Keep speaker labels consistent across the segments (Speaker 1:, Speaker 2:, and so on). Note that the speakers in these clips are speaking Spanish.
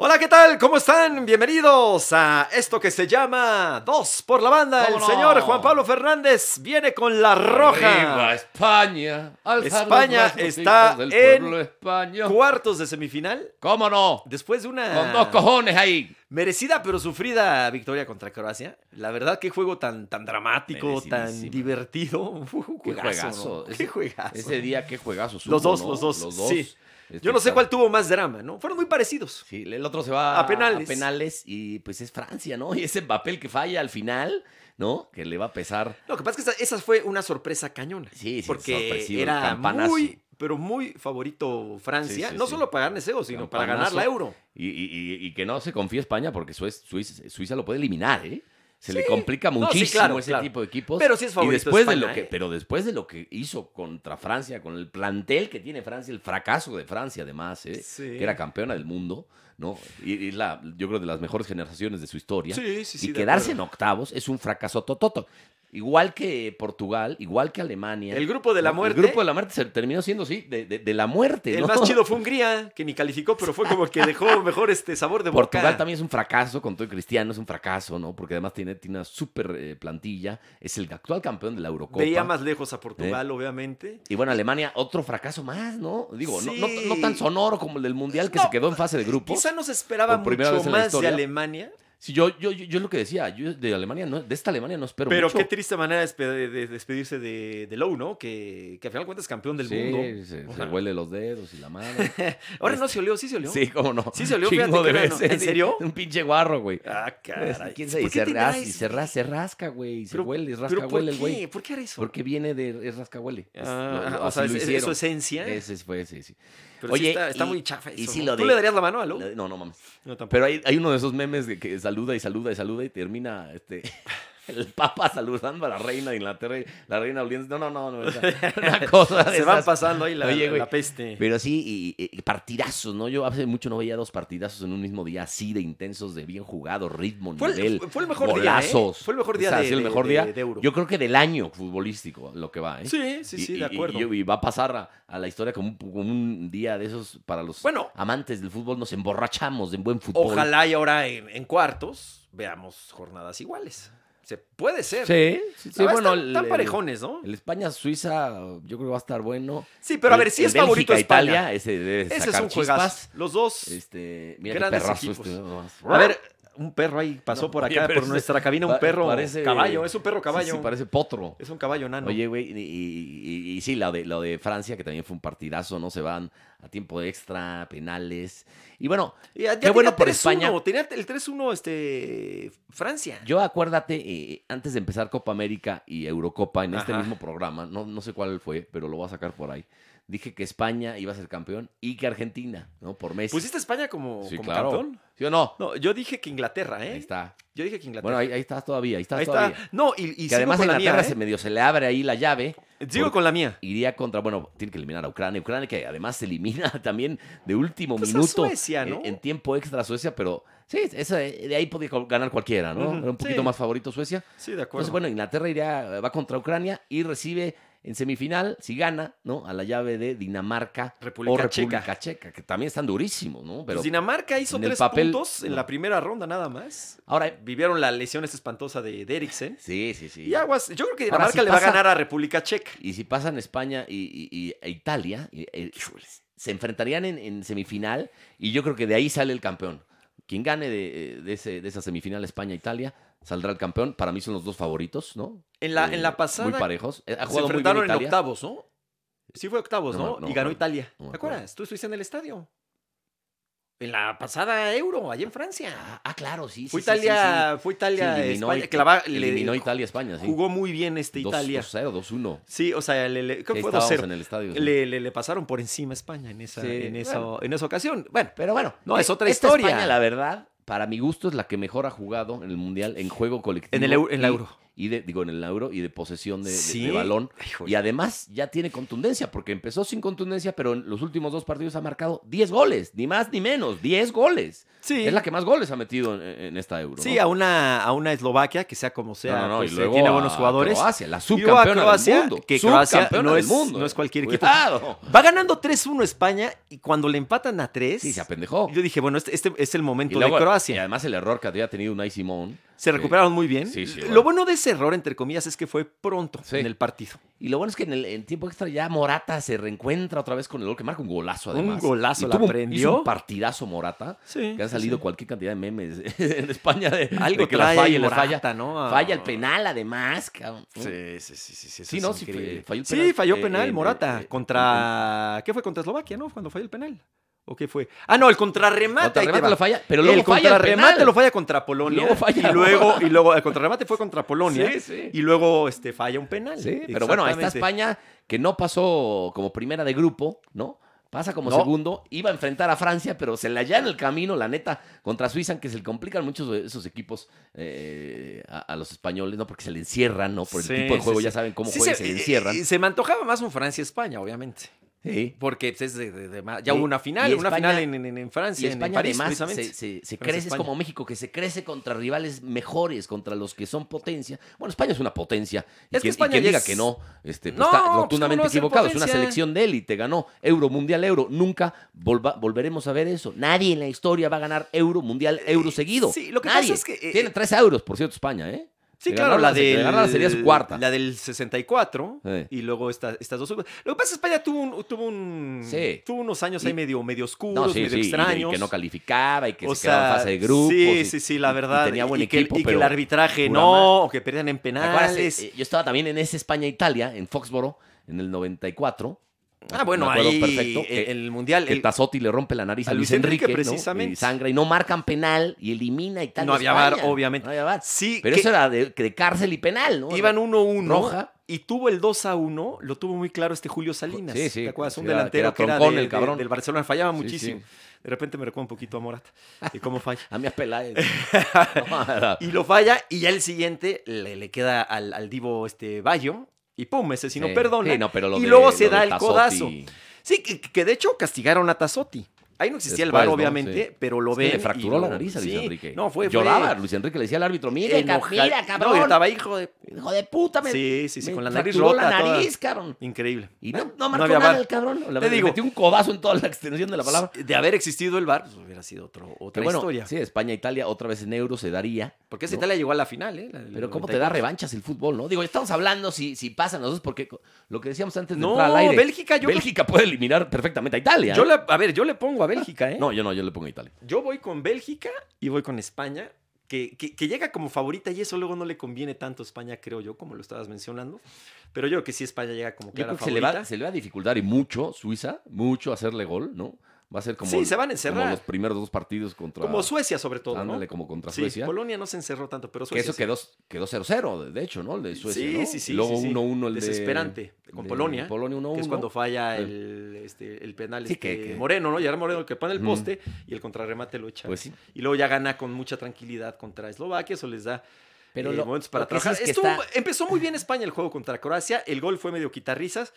Speaker 1: Hola, ¿qué tal? ¿Cómo están? Bienvenidos a esto que se llama Dos por la Banda. El
Speaker 2: ¿Cómo no?
Speaker 1: señor Juan Pablo Fernández viene con la roja.
Speaker 2: Arriba, España. Alzar
Speaker 1: España
Speaker 2: los brazos,
Speaker 1: está
Speaker 2: hijos del
Speaker 1: en
Speaker 2: pueblo español.
Speaker 1: Cuartos de semifinal.
Speaker 2: ¿Cómo no?
Speaker 1: Después de una
Speaker 2: Con dos cojones ahí.
Speaker 1: merecida pero sufrida victoria contra Croacia. La verdad, qué juego tan, tan dramático, tan
Speaker 2: Merecidísimo.
Speaker 1: divertido. Un juego-
Speaker 2: Qué
Speaker 1: juegazo.
Speaker 2: juegazo.
Speaker 1: ¿no? Qué
Speaker 2: Ese-
Speaker 1: juegazo.
Speaker 2: Ese día, qué juegazo. supo,
Speaker 1: Ah, Los dos,
Speaker 2: ¿no?
Speaker 1: los dos,
Speaker 2: Los dos.
Speaker 1: sí.
Speaker 2: Este
Speaker 1: Yo no sé
Speaker 2: está-
Speaker 1: cuál tuvo más drama, ¿no? Fueron muy parecidos.
Speaker 2: Sí, el otro se va
Speaker 1: A penales.
Speaker 2: y pues es Francia, ¿no? Y ese papel que falla al final, ¿no? Que le va a pesar.
Speaker 1: Lo que pasa es que esa, esa fue una sorpresa cañona.
Speaker 2: Sí, sí,
Speaker 1: porque
Speaker 2: sorpresivo, el
Speaker 1: era
Speaker 2: campanazo.
Speaker 1: muy, pero muy favorito Francia,
Speaker 2: Sí, sí,
Speaker 1: no
Speaker 2: sí.
Speaker 1: solo para ganar ese juego, sino para ganar
Speaker 2: Campanazo.
Speaker 1: la euro.
Speaker 2: Y, y- y- y que no se confía España porque Suez- Suiz- Suiza lo puede eliminar, ¿eh? Se le complica
Speaker 1: No, sí,
Speaker 2: muchísimo
Speaker 1: claro,
Speaker 2: ese
Speaker 1: claro.
Speaker 2: tipo de equipos.
Speaker 1: Pero sí es
Speaker 2: Y
Speaker 1: favorito
Speaker 2: después de
Speaker 1: España,
Speaker 2: lo que,
Speaker 1: ¿eh?
Speaker 2: Pero después de lo que hizo contra Francia, con el plantel que tiene Francia, el fracaso de Francia además, ¿eh?
Speaker 1: Sí.
Speaker 2: que era campeona del mundo, ¿no? Y, y la, yo creo de las mejores generaciones de su historia.
Speaker 1: Sí, sí, sí,
Speaker 2: y
Speaker 1: de
Speaker 2: quedarse en
Speaker 1: acuerdo.
Speaker 2: octavos es un fracaso tototo. Igual que Portugal, igual que Alemania.
Speaker 1: El grupo de la
Speaker 2: ¿no?
Speaker 1: muerte.
Speaker 2: El grupo de la muerte se terminó siendo, sí, de, de- de la muerte.
Speaker 1: El
Speaker 2: ¿no?
Speaker 1: más chido fue Hungría, que ni calificó, pero fue como el que dejó mejor este sabor de boca.
Speaker 2: Portugal también es un fracaso con todo y Cristiano, es un fracaso, ¿no? Porque además tiene, tiene una súper eh, plantilla, es el actual campeón de la Eurocopa.
Speaker 1: Veía más lejos a
Speaker 2: ¿Eh?
Speaker 1: Portugal, obviamente.
Speaker 2: Y bueno, Alemania, otro fracaso más, ¿no? Digo, no- no,
Speaker 1: Sí.
Speaker 2: no tan sonoro como el del Mundial que
Speaker 1: No,
Speaker 2: se quedó en fase de grupos.
Speaker 1: Quizá no se esperaba
Speaker 2: Por primera
Speaker 1: mucho
Speaker 2: vez en la
Speaker 1: más de
Speaker 2: historia.
Speaker 1: Alemania,
Speaker 2: Sí, yo, yo, yo, yo lo que decía, yo de Alemania, no, de esta Alemania no espero
Speaker 1: pero,
Speaker 2: mucho.
Speaker 1: qué triste manera de despe- de despedirse de, de Lowe, ¿no? Que, que al final de cuentas es campeón del
Speaker 2: Sí,
Speaker 1: mundo.
Speaker 2: se,
Speaker 1: O
Speaker 2: se
Speaker 1: sea,
Speaker 2: huele los dedos y la mano.
Speaker 1: Ahora no se olió, sí se olió.
Speaker 2: Sí, cómo no.
Speaker 1: Sí se olió,
Speaker 2: Chingo
Speaker 1: fíjate que
Speaker 2: de
Speaker 1: era, ¿no?
Speaker 2: veces,
Speaker 1: ¿En
Speaker 2: sí.
Speaker 1: serio?
Speaker 2: Un pinche guarro, güey.
Speaker 1: Ah, caray.
Speaker 2: Pues, ¿Quién sabe?
Speaker 1: ¿Por
Speaker 2: Y
Speaker 1: qué
Speaker 2: se,
Speaker 1: tendrá
Speaker 2: ras- y
Speaker 1: eso?
Speaker 2: se, ras- se rasca, güey. Se
Speaker 1: Pero-
Speaker 2: huele,
Speaker 1: pero
Speaker 2: rasca,
Speaker 1: ¿por
Speaker 2: huele el
Speaker 1: qué?
Speaker 2: güey.
Speaker 1: ¿Por qué hará eso?
Speaker 2: Porque viene de es rascahuele.
Speaker 1: Ah,
Speaker 2: Es- lo-
Speaker 1: ajá,
Speaker 2: lo-
Speaker 1: o sea, es,
Speaker 2: así
Speaker 1: es-
Speaker 2: lo
Speaker 1: es su
Speaker 2: hicieron.
Speaker 1: esencia.
Speaker 2: Ese fue, sí, sí.
Speaker 1: pero sí
Speaker 2: Oye,
Speaker 1: está, está
Speaker 2: y-
Speaker 1: muy chafa eso.
Speaker 2: y sí
Speaker 1: ¿no?
Speaker 2: lo
Speaker 1: ¿Tú
Speaker 2: de-
Speaker 1: le darías la mano a Lou?
Speaker 2: No, no mames.
Speaker 1: No, tampoco.
Speaker 2: Pero hay, hay uno de esos memes de que saluda y saluda y saluda y termina este el papa saludando a la reina de Inglaterra y la reina oliendo. No, no, no, no. o sea, Una cosa de
Speaker 1: se van
Speaker 2: esas.
Speaker 1: pasando ahí la,
Speaker 2: Oye,
Speaker 1: la-
Speaker 2: güey,
Speaker 1: la peste.
Speaker 2: Pero sí, y, y- y partidazos, ¿no? Yo hace mucho no veía dos partidazos en un mismo día así de intensos, de bien jugado, ritmo,
Speaker 1: Fue el-
Speaker 2: nivel.
Speaker 1: fue el mejor día, ¿eh?
Speaker 2: golazos.
Speaker 1: Fue el mejor día
Speaker 2: O sea,
Speaker 1: de-
Speaker 2: ha sido el
Speaker 1: de-
Speaker 2: mejor
Speaker 1: de-
Speaker 2: día.
Speaker 1: de Euro.
Speaker 2: Yo creo que del año futbolístico, lo que va, ¿eh?
Speaker 1: sí, sí,
Speaker 2: Y-
Speaker 1: sí,
Speaker 2: y-
Speaker 1: de acuerdo.
Speaker 2: Y, y va a pasar a, a la historia como un, como un día de esos para los
Speaker 1: Bueno.
Speaker 2: amantes del fútbol. Nos emborrachamos de buen fútbol.
Speaker 1: Ojalá y ahora en, en cuartos veamos jornadas iguales. Se puede ser.
Speaker 2: Sí, sí,
Speaker 1: La
Speaker 2: sí,
Speaker 1: verdad,
Speaker 2: bueno.
Speaker 1: están,
Speaker 2: el-
Speaker 1: están
Speaker 2: el-
Speaker 1: parejones, ¿no?
Speaker 2: El España-Suiza, yo creo que va a estar bueno.
Speaker 1: sí, pero a
Speaker 2: El-
Speaker 1: ver, si
Speaker 2: el
Speaker 1: es favorito
Speaker 2: Bélgica,
Speaker 1: España.
Speaker 2: Italia, ese debe de
Speaker 1: Ese es
Speaker 2: sacar
Speaker 1: un
Speaker 2: chispas.
Speaker 1: juegazo. Los dos.
Speaker 2: Este, mira qué
Speaker 1: Grandes
Speaker 2: perrazo
Speaker 1: equipos.
Speaker 2: este, nomás.
Speaker 1: A ver, un perro ahí pasó
Speaker 2: No,
Speaker 1: por
Speaker 2: oye,
Speaker 1: acá,
Speaker 2: pero
Speaker 1: por
Speaker 2: ese-
Speaker 1: nuestra cabina, un
Speaker 2: pa-
Speaker 1: perro
Speaker 2: parece-
Speaker 1: caballo. Es un perro
Speaker 2: Sí,
Speaker 1: caballo.
Speaker 2: sí, parece potro.
Speaker 1: Es un caballo nano.
Speaker 2: Oye, güey, y, y- y- y sí, lo de, lo de Francia, que también fue un partidazo, ¿no? Se van a tiempo extra, penales. Y bueno,
Speaker 1: Y ya- ya
Speaker 2: Qué
Speaker 1: tenía
Speaker 2: bueno por
Speaker 1: 3-1,
Speaker 2: España.
Speaker 1: Tenía el 3-1 este, Francia.
Speaker 2: yo acuérdate, eh, antes de empezar Copa América y Eurocopa, en este
Speaker 1: Ajá.
Speaker 2: mismo programa, no, no sé cuál fue, pero lo voy a sacar por ahí, dije que España iba a ser campeón y que Argentina, ¿no? Por Messi.
Speaker 1: ¿Pusiste a España como,
Speaker 2: Sí,
Speaker 1: como
Speaker 2: claro.
Speaker 1: campeón?
Speaker 2: ¿Sí o no?
Speaker 1: No, yo dije que Inglaterra, ¿eh?
Speaker 2: Ahí está.
Speaker 1: Yo dije que Inglaterra.
Speaker 2: Bueno, ahí, ahí estás todavía, ahí estás
Speaker 1: Ahí
Speaker 2: todavía.
Speaker 1: No, y, y
Speaker 2: Que
Speaker 1: sigo
Speaker 2: además
Speaker 1: con la
Speaker 2: Inglaterra
Speaker 1: mía.
Speaker 2: se
Speaker 1: ¿eh?
Speaker 2: medio se le abre ahí la llave.
Speaker 1: Sigo
Speaker 2: por-
Speaker 1: con la mía.
Speaker 2: iría contra, bueno, tiene que eliminar a Ucrania. Ucrania que además se elimina también de último
Speaker 1: Pues a
Speaker 2: minuto
Speaker 1: Suecia, ¿no?
Speaker 2: en, en tiempo extra a Suecia, pero sí, esa, de ahí podía ganar cualquiera, ¿no?
Speaker 1: Ujú,
Speaker 2: Era un poquito
Speaker 1: sí.
Speaker 2: más favorito Suecia.
Speaker 1: Sí, de acuerdo.
Speaker 2: Entonces, bueno, Inglaterra iría, eh, va contra Ucrania y recibe en semifinal, si gana, ¿no? A la llave de Dinamarca
Speaker 1: República
Speaker 2: o República
Speaker 1: Checa.
Speaker 2: Checa. que también están durísimos, ¿no? Pero
Speaker 1: Pues Dinamarca hizo
Speaker 2: en el
Speaker 1: tres
Speaker 2: papel,
Speaker 1: puntos en
Speaker 2: no.
Speaker 1: la primera ronda nada más.
Speaker 2: ahora,
Speaker 1: Vivieron la lesión esta espantosa de, de Eriksen.
Speaker 2: sí, sí, sí.
Speaker 1: Y aguas, yo creo que
Speaker 2: Ahora,
Speaker 1: Dinamarca
Speaker 2: si
Speaker 1: le va a
Speaker 2: pasa-
Speaker 1: ganar a República Checa.
Speaker 2: Y si pasan España y, y- y- e Italia, y- e- se enfrentarían en, en semifinal y yo creo que de ahí sale el campeón. Quien gane de, de ese- de esa semifinal España-Italia saldrá el campeón. Para mí son los dos favoritos, ¿no?
Speaker 1: En la,
Speaker 2: Eh,
Speaker 1: en la pasada
Speaker 2: Muy parejos. Eh, Ha
Speaker 1: se
Speaker 2: jugado muy bien
Speaker 1: enfrentaron en
Speaker 2: Italia.
Speaker 1: octavos, ¿no? Sí fue octavos,
Speaker 2: No me-
Speaker 1: ¿no?
Speaker 2: no me
Speaker 1: y ganó
Speaker 2: acuerdo.
Speaker 1: Italia.
Speaker 2: No me
Speaker 1: ¿Te
Speaker 2: acuerdo.
Speaker 1: acuerdas? Tú estuviste en el estadio. En la pasada Euro, allá en Francia.
Speaker 2: Ah, ah, claro, sí. sí,
Speaker 1: Fue
Speaker 2: sí, sí,
Speaker 1: Italia, fue
Speaker 2: sí. Sí,
Speaker 1: Italia,
Speaker 2: eliminó,
Speaker 1: España,
Speaker 2: It-
Speaker 1: que la va- le-
Speaker 2: eliminó Italia-España, sí.
Speaker 1: jugó muy bien este Italia.
Speaker 2: 2-0, 2-1.
Speaker 1: Sí, o sea, le, le- creo
Speaker 2: Ahí
Speaker 1: que fue
Speaker 2: estábamos
Speaker 1: 2-0.
Speaker 2: en el estadio. sí.
Speaker 1: Le, le- le pasaron por encima a España en esa,
Speaker 2: Sí,
Speaker 1: en, esa,
Speaker 2: bueno.
Speaker 1: en esa ocasión. Bueno,
Speaker 2: Pero bueno, eh,
Speaker 1: No, es otra
Speaker 2: esta
Speaker 1: historia.
Speaker 2: España, la verdad, para mi gusto es la que mejor ha jugado en el Mundial en juego colectivo.
Speaker 1: En el eu- en la
Speaker 2: y-
Speaker 1: Euro.
Speaker 2: y de, digo, en el euro y de posesión de, de- de
Speaker 1: Sí.
Speaker 2: balón.
Speaker 1: Híjole.
Speaker 2: Y además ya tiene contundencia, porque empezó sin contundencia, pero en los últimos dos partidos ha marcado 10 goles, ni más ni menos, 10 goles.
Speaker 1: Sí.
Speaker 2: Es la que más goles ha metido en, en esta euro.
Speaker 1: Sí,
Speaker 2: ¿no?
Speaker 1: a una, a una Eslovaquia, que sea como sea,
Speaker 2: No, no, no,
Speaker 1: pues,
Speaker 2: y
Speaker 1: eh,
Speaker 2: luego
Speaker 1: tiene
Speaker 2: a
Speaker 1: buenos jugadores.
Speaker 2: Croacia, la
Speaker 1: Y luego a
Speaker 2: subcampeona
Speaker 1: Croacia,
Speaker 2: del mundo.
Speaker 1: que Croacia
Speaker 2: Subcampeona
Speaker 1: no
Speaker 2: del
Speaker 1: es-
Speaker 2: mundo.
Speaker 1: no es cualquier equipo.
Speaker 2: Cuidado.
Speaker 1: Va ganando 3-1 España y cuando le empatan a 3,
Speaker 2: Sí, se apendejó.
Speaker 1: yo dije, bueno, este, este es el
Speaker 2: Y
Speaker 1: momento
Speaker 2: luego-
Speaker 1: de
Speaker 2: Y
Speaker 1: Croacia.
Speaker 2: además el error que había tenido Unai Simón.
Speaker 1: Se
Speaker 2: Sí.
Speaker 1: recuperaron muy bien.
Speaker 2: Sí, sí,
Speaker 1: Lo
Speaker 2: bueno.
Speaker 1: bueno de ese error, entre comillas, es que fue pronto
Speaker 2: Sí.
Speaker 1: en el partido.
Speaker 2: Y lo bueno es que en el en tiempo extra ya Morata se reencuentra otra vez con el gol, que marca un golazo
Speaker 1: Un
Speaker 2: además.
Speaker 1: golazo,
Speaker 2: Y
Speaker 1: la
Speaker 2: tuvo un-
Speaker 1: prendió.
Speaker 2: hizo un partidazo Morata,
Speaker 1: Sí.
Speaker 2: que han salido cualquier cantidad de memes en España de,
Speaker 1: Algo
Speaker 2: de que
Speaker 1: trae
Speaker 2: la falla, le
Speaker 1: Morata,
Speaker 2: falla.
Speaker 1: ¿no? A-
Speaker 2: Falla el penal además, cabrón.
Speaker 1: Sí, sí, sí, sí.
Speaker 2: Sí, no, sí, fue- falló el
Speaker 1: Sí,
Speaker 2: penal,
Speaker 1: falló
Speaker 2: eh,
Speaker 1: penal
Speaker 2: en-
Speaker 1: Morata
Speaker 2: eh, eh,
Speaker 1: contra... ¿Qué fue? Contra Eslovaquia, ¿no? Cuando falló el penal. ¿O qué fue? Ah, no, el contrarremate. ahí te
Speaker 2: Contrarremate
Speaker 1: va.
Speaker 2: lo falla, pero luego
Speaker 1: el
Speaker 2: falla el
Speaker 1: contrarremate
Speaker 2: penal.
Speaker 1: lo falla contra Polonia.
Speaker 2: Luego falla
Speaker 1: y luego, y luego el contrarremate fue contra Polonia.
Speaker 2: Sí, sí.
Speaker 1: Y luego este, falla un penal.
Speaker 2: Sí, pero bueno, ahí está
Speaker 1: Exactamente.
Speaker 2: España que no pasó como primera de grupo, ¿no? Pasa como
Speaker 1: No.
Speaker 2: segundo, iba a enfrentar a Francia, pero se la ya en el camino, la neta, contra Suiza, que se le complican muchos de esos equipos eh, a, a los españoles, ¿no? Porque se le encierran, ¿no? Por el
Speaker 1: Sí,
Speaker 2: tipo de
Speaker 1: sí,
Speaker 2: juego,
Speaker 1: sí.
Speaker 2: ya saben cómo
Speaker 1: Sí,
Speaker 2: juegan, se, le encierran.
Speaker 1: eh, Se me antojaba más un Francia-España, obviamente.
Speaker 2: Sí.
Speaker 1: Porque es de- de- de más- ya
Speaker 2: Y-
Speaker 1: hubo una final,
Speaker 2: y
Speaker 1: una
Speaker 2: España-
Speaker 1: final en, en- en Francia,
Speaker 2: Y
Speaker 1: en- en
Speaker 2: España
Speaker 1: París,
Speaker 2: además se,
Speaker 1: precisamente.
Speaker 2: se- se
Speaker 1: Pero es
Speaker 2: crece, es
Speaker 1: España.
Speaker 2: como México, que se crece contra rivales mejores, contra los que son potencia. Bueno, España es una potencia. Y
Speaker 1: Es que
Speaker 2: quien, y
Speaker 1: España
Speaker 2: quien
Speaker 1: ya
Speaker 2: diga
Speaker 1: es-
Speaker 2: que no, este, pues,
Speaker 1: No, pues,
Speaker 2: está
Speaker 1: ¿cómo
Speaker 2: rotundamente
Speaker 1: no va a ser
Speaker 2: equivocado. Es una
Speaker 1: potencia?
Speaker 2: selección de élite, ganó Euro, Mundial, Euro. Nunca volva- volveremos a ver eso. Nadie en la historia va a ganar Euro, Mundial, Euro seguido.
Speaker 1: Eh, sí, lo que
Speaker 2: Nadie.
Speaker 1: pasa es que, eh,
Speaker 2: Tiene tres euros, por cierto, España, ¿eh?
Speaker 1: Sí,
Speaker 2: Le
Speaker 1: claro,
Speaker 2: ganaron
Speaker 1: la
Speaker 2: la se-
Speaker 1: del...
Speaker 2: le ganaron la serie es cuarta.
Speaker 1: La del 64
Speaker 2: Sí.
Speaker 1: y luego esta- estas dos. Lo que pasa es que España tuvo, un- tuvo, un,
Speaker 2: Sí.
Speaker 1: tuvo unos años
Speaker 2: Y-
Speaker 1: ahí medio, medio oscuros,
Speaker 2: No, sí,
Speaker 1: medio
Speaker 2: sí, y de- y,
Speaker 1: extraños.
Speaker 2: que no calificaba y que
Speaker 1: O
Speaker 2: se quedaba en
Speaker 1: sea,
Speaker 2: fase de grupos.
Speaker 1: Sí,
Speaker 2: y-
Speaker 1: sí, sí, la
Speaker 2: y- y
Speaker 1: verdad.
Speaker 2: tenía buen
Speaker 1: y que,
Speaker 2: equipo,
Speaker 1: y que
Speaker 2: pero
Speaker 1: el arbitraje
Speaker 2: pura
Speaker 1: no,
Speaker 2: madre.
Speaker 1: o que perdían en
Speaker 2: Acuérdate,
Speaker 1: penales.
Speaker 2: eh, yo estaba también en ese España-Italia, en Foxboro, en el 94.
Speaker 1: ah, bueno,
Speaker 2: me acuerdo
Speaker 1: ahí
Speaker 2: perfecto
Speaker 1: en-
Speaker 2: que-
Speaker 1: en el Mundial
Speaker 2: Que
Speaker 1: el-
Speaker 2: Tazotti le rompe la nariz a, Luis Enrique, ¿no?
Speaker 1: precisamente.
Speaker 2: Y sangra y no marcan penal y elimina a Italia.
Speaker 1: no había
Speaker 2: España.
Speaker 1: VAR, obviamente.
Speaker 2: No había VAR.
Speaker 1: Sí,
Speaker 2: Pero
Speaker 1: que
Speaker 2: eso era de, de cárcel y penal, ¿no?
Speaker 1: iban 1-1
Speaker 2: Roja.
Speaker 1: y tuvo el 2-1, lo tuvo muy claro este Julio Salinas.
Speaker 2: Sí, sí,
Speaker 1: ¿Te acuerdas? Un
Speaker 2: que era-
Speaker 1: delantero
Speaker 2: que
Speaker 1: que
Speaker 2: era
Speaker 1: era,
Speaker 2: troncón,
Speaker 1: de-
Speaker 2: el
Speaker 1: de-
Speaker 2: cabrón.
Speaker 1: del Barcelona, fallaba
Speaker 2: Sí,
Speaker 1: muchísimo.
Speaker 2: sí.
Speaker 1: De repente me recuerda un poquito a Morata y cómo falla.
Speaker 2: A mí a Peláez. No, era-
Speaker 1: Y lo falla y ya el siguiente le, le queda al, al divo este Bayo y pum, ese si no
Speaker 2: Sí,
Speaker 1: perdona.
Speaker 2: sí, no, pero lo
Speaker 1: y
Speaker 2: de-
Speaker 1: luego
Speaker 2: lo
Speaker 1: se
Speaker 2: de
Speaker 1: da el
Speaker 2: Tazotti-
Speaker 1: codazo. Sí, que, que de hecho castigaron a Tazotti. Ahí no existía el
Speaker 2: Después,
Speaker 1: VAR,
Speaker 2: ¿no?
Speaker 1: obviamente,
Speaker 2: Sí.
Speaker 1: pero lo
Speaker 2: Es que
Speaker 1: ven.
Speaker 2: le
Speaker 1: y
Speaker 2: fracturó la
Speaker 1: lo-
Speaker 2: nariz a Luis
Speaker 1: sí.
Speaker 2: Enrique.
Speaker 1: No, fue. fue
Speaker 2: Lloraba. Luis Enrique le decía al árbitro: Mira, ca-
Speaker 1: enojad-
Speaker 2: mira,
Speaker 1: No,
Speaker 2: cabrón.
Speaker 1: gritaba, hijo de.
Speaker 2: Hijo de puta, me.
Speaker 1: Sí, sí, sí,
Speaker 2: me
Speaker 1: con la nariz
Speaker 2: fracturó
Speaker 1: rota.
Speaker 2: la
Speaker 1: toda-
Speaker 2: nariz, cabrón.
Speaker 1: Increíble.
Speaker 2: Y
Speaker 1: Ah,
Speaker 2: no, no marcó
Speaker 1: había
Speaker 2: nada
Speaker 1: VAR.
Speaker 2: el cabrón. La
Speaker 1: Te
Speaker 2: verdad, le
Speaker 1: digo.
Speaker 2: metió un codazo en toda la extensión de la palabra.
Speaker 1: De haber existido el VAR, pues, hubiera sido otro, otra
Speaker 2: Pero bueno,
Speaker 1: historia.
Speaker 2: sí, España-Italia otra vez en euro se daría.
Speaker 1: Porque esa
Speaker 2: ¿no?
Speaker 1: Italia llegó a la final, ¿eh? La-
Speaker 2: Pero
Speaker 1: la 94.
Speaker 2: cómo te da revanchas el fútbol, ¿no? Digo, estamos hablando si, si pasan los dos, porque co- lo que decíamos antes de
Speaker 1: No,
Speaker 2: entrar al aire.
Speaker 1: Bélgica, yo.
Speaker 2: Bélgica puede eliminar perfectamente a Italia.
Speaker 1: yo
Speaker 2: ¿eh?
Speaker 1: le- a ver, yo le pongo a Bélgica, ¿eh?
Speaker 2: No, yo no, yo le pongo a Italia.
Speaker 1: Yo voy con Bélgica y voy con España, que, que- que llega como favorita y eso luego no le conviene tanto a España, creo yo, como lo estabas mencionando. Pero yo creo que sí España llega como
Speaker 2: Yo
Speaker 1: clara
Speaker 2: creo que se le,
Speaker 1: favorita.
Speaker 2: va, se le va a dificultar y mucho Suiza, mucho hacerle gol, ¿no? Va a ser como,
Speaker 1: Sí, se van a
Speaker 2: como
Speaker 1: encerrar.
Speaker 2: los primeros dos partidos contra.
Speaker 1: Como Suecia, sobre todo, ¿no?
Speaker 2: Ándale, como contra
Speaker 1: Sí,
Speaker 2: Suecia.
Speaker 1: Polonia no se encerró tanto, pero
Speaker 2: que
Speaker 1: Suecia
Speaker 2: eso
Speaker 1: sí.
Speaker 2: quedó quedó 0-0, de- de hecho, ¿no? El de Suecia.
Speaker 1: Sí,
Speaker 2: ¿no?
Speaker 1: sí, sí,
Speaker 2: Y Luego
Speaker 1: sí, sí.
Speaker 2: 1-1 el de.
Speaker 1: Desesperante, con
Speaker 2: de
Speaker 1: Polonia,
Speaker 2: Polonia 1-1.
Speaker 1: que es cuando falla
Speaker 2: Eh.
Speaker 1: el, este, el penal
Speaker 2: Sí,
Speaker 1: este,
Speaker 2: que- que-
Speaker 1: Moreno, ¿no? Gerard Moreno el que pone el
Speaker 2: Ujú.
Speaker 1: poste y el contrarremate lo echa.
Speaker 2: Pues sí.
Speaker 1: Y luego ya gana con mucha tranquilidad contra Eslovaquia, eso les da
Speaker 2: Pero
Speaker 1: eh,
Speaker 2: lo-
Speaker 1: momentos para
Speaker 2: lo que sí
Speaker 1: trabajar.
Speaker 2: es que
Speaker 1: Estuvo-
Speaker 2: está-
Speaker 1: Empezó muy bien España el juego contra Croacia, el gol fue medio quitarrisas.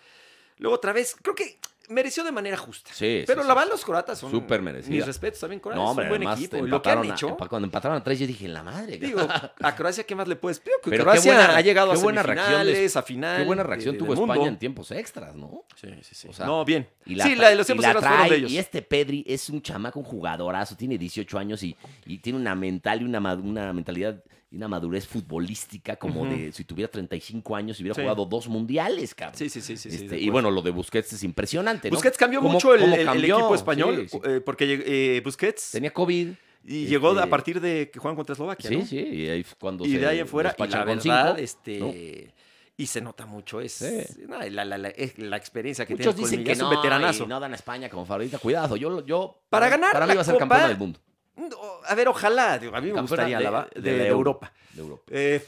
Speaker 1: Luego otra vez, creo que mereció de manera justa.
Speaker 2: Sí,
Speaker 1: Pero
Speaker 2: sí,
Speaker 1: la
Speaker 2: sí,
Speaker 1: van
Speaker 2: sí.
Speaker 1: los croatas son
Speaker 2: Súper merecida.
Speaker 1: Mis respetos también Croacia,
Speaker 2: No,
Speaker 1: es
Speaker 2: hombre,
Speaker 1: un buen
Speaker 2: además
Speaker 1: equipo. Y
Speaker 2: empataron
Speaker 1: Lo que han
Speaker 2: a-
Speaker 1: hecho,
Speaker 2: empa- cuando empataron a tres, yo dije, la madre.
Speaker 1: digo, a Croacia qué más le puedes pedir? Que
Speaker 2: Pero qué
Speaker 1: Croacia
Speaker 2: buena-
Speaker 1: ha llegado a
Speaker 2: qué buena reacción de-
Speaker 1: semifinales, a final.
Speaker 2: Qué buena
Speaker 1: de-
Speaker 2: reacción
Speaker 1: de-
Speaker 2: tuvo
Speaker 1: del mundo.
Speaker 2: España en tiempos extras, ¿no?
Speaker 1: Sí, sí, sí.
Speaker 2: O sea,
Speaker 1: no, bien.
Speaker 2: Y
Speaker 1: sí,
Speaker 2: tra-
Speaker 1: la de los
Speaker 2: y
Speaker 1: tiempos
Speaker 2: la
Speaker 1: extras fueron
Speaker 2: trae,
Speaker 1: de ellos.
Speaker 2: Y este Pedri es un chamaco, un jugadorazo, tiene 18 años y, y tiene una mental y una, ma- una mentalidad y una madurez futbolística como
Speaker 1: Ujú.
Speaker 2: de si tuviera 35 años y hubiera
Speaker 1: Sí.
Speaker 2: jugado dos mundiales, cabrón.
Speaker 1: Sí, sí, sí, sí. sí,
Speaker 2: Este,
Speaker 1: de
Speaker 2: y
Speaker 1: acuerdo.
Speaker 2: bueno, lo de Busquets es impresionante, ¿no?
Speaker 1: Busquets cambió
Speaker 2: ¿Cómo-
Speaker 1: mucho el,
Speaker 2: cómo
Speaker 1: el- el
Speaker 2: cambió?
Speaker 1: equipo
Speaker 2: Sí,
Speaker 1: español,
Speaker 2: sí.
Speaker 1: eh, porque lleg- eh, Busquets
Speaker 2: Tenía COVID.
Speaker 1: y llegó
Speaker 2: este-
Speaker 1: a partir de que juegan contra Eslovaquia,
Speaker 2: Sí,
Speaker 1: ¿no?
Speaker 2: sí, y ahí fue cuando
Speaker 1: Y
Speaker 2: se
Speaker 1: de ahí afuera, y la
Speaker 2: despachan con
Speaker 1: verdad,
Speaker 2: cinco,
Speaker 1: este...
Speaker 2: ¿no?
Speaker 1: Y se nota mucho, es
Speaker 2: Sí.
Speaker 1: no, la, la- la- es la experiencia que
Speaker 2: Muchos
Speaker 1: tiene
Speaker 2: dicen
Speaker 1: Colmillo,
Speaker 2: que
Speaker 1: es un
Speaker 2: no,
Speaker 1: veteranazo.
Speaker 2: y no dan a España como favorita. Cuidado, yo, yo
Speaker 1: Para ganar
Speaker 2: para mí
Speaker 1: la
Speaker 2: va a ser
Speaker 1: Copa,
Speaker 2: campeona del mundo.
Speaker 1: No, A ver, ojalá, digo, a mí me
Speaker 2: Campeona
Speaker 1: gustaría
Speaker 2: de-
Speaker 1: la va-
Speaker 2: de
Speaker 1: de,
Speaker 2: la
Speaker 1: de
Speaker 2: Euro.
Speaker 1: Europa.
Speaker 2: De Europa.
Speaker 1: Eh,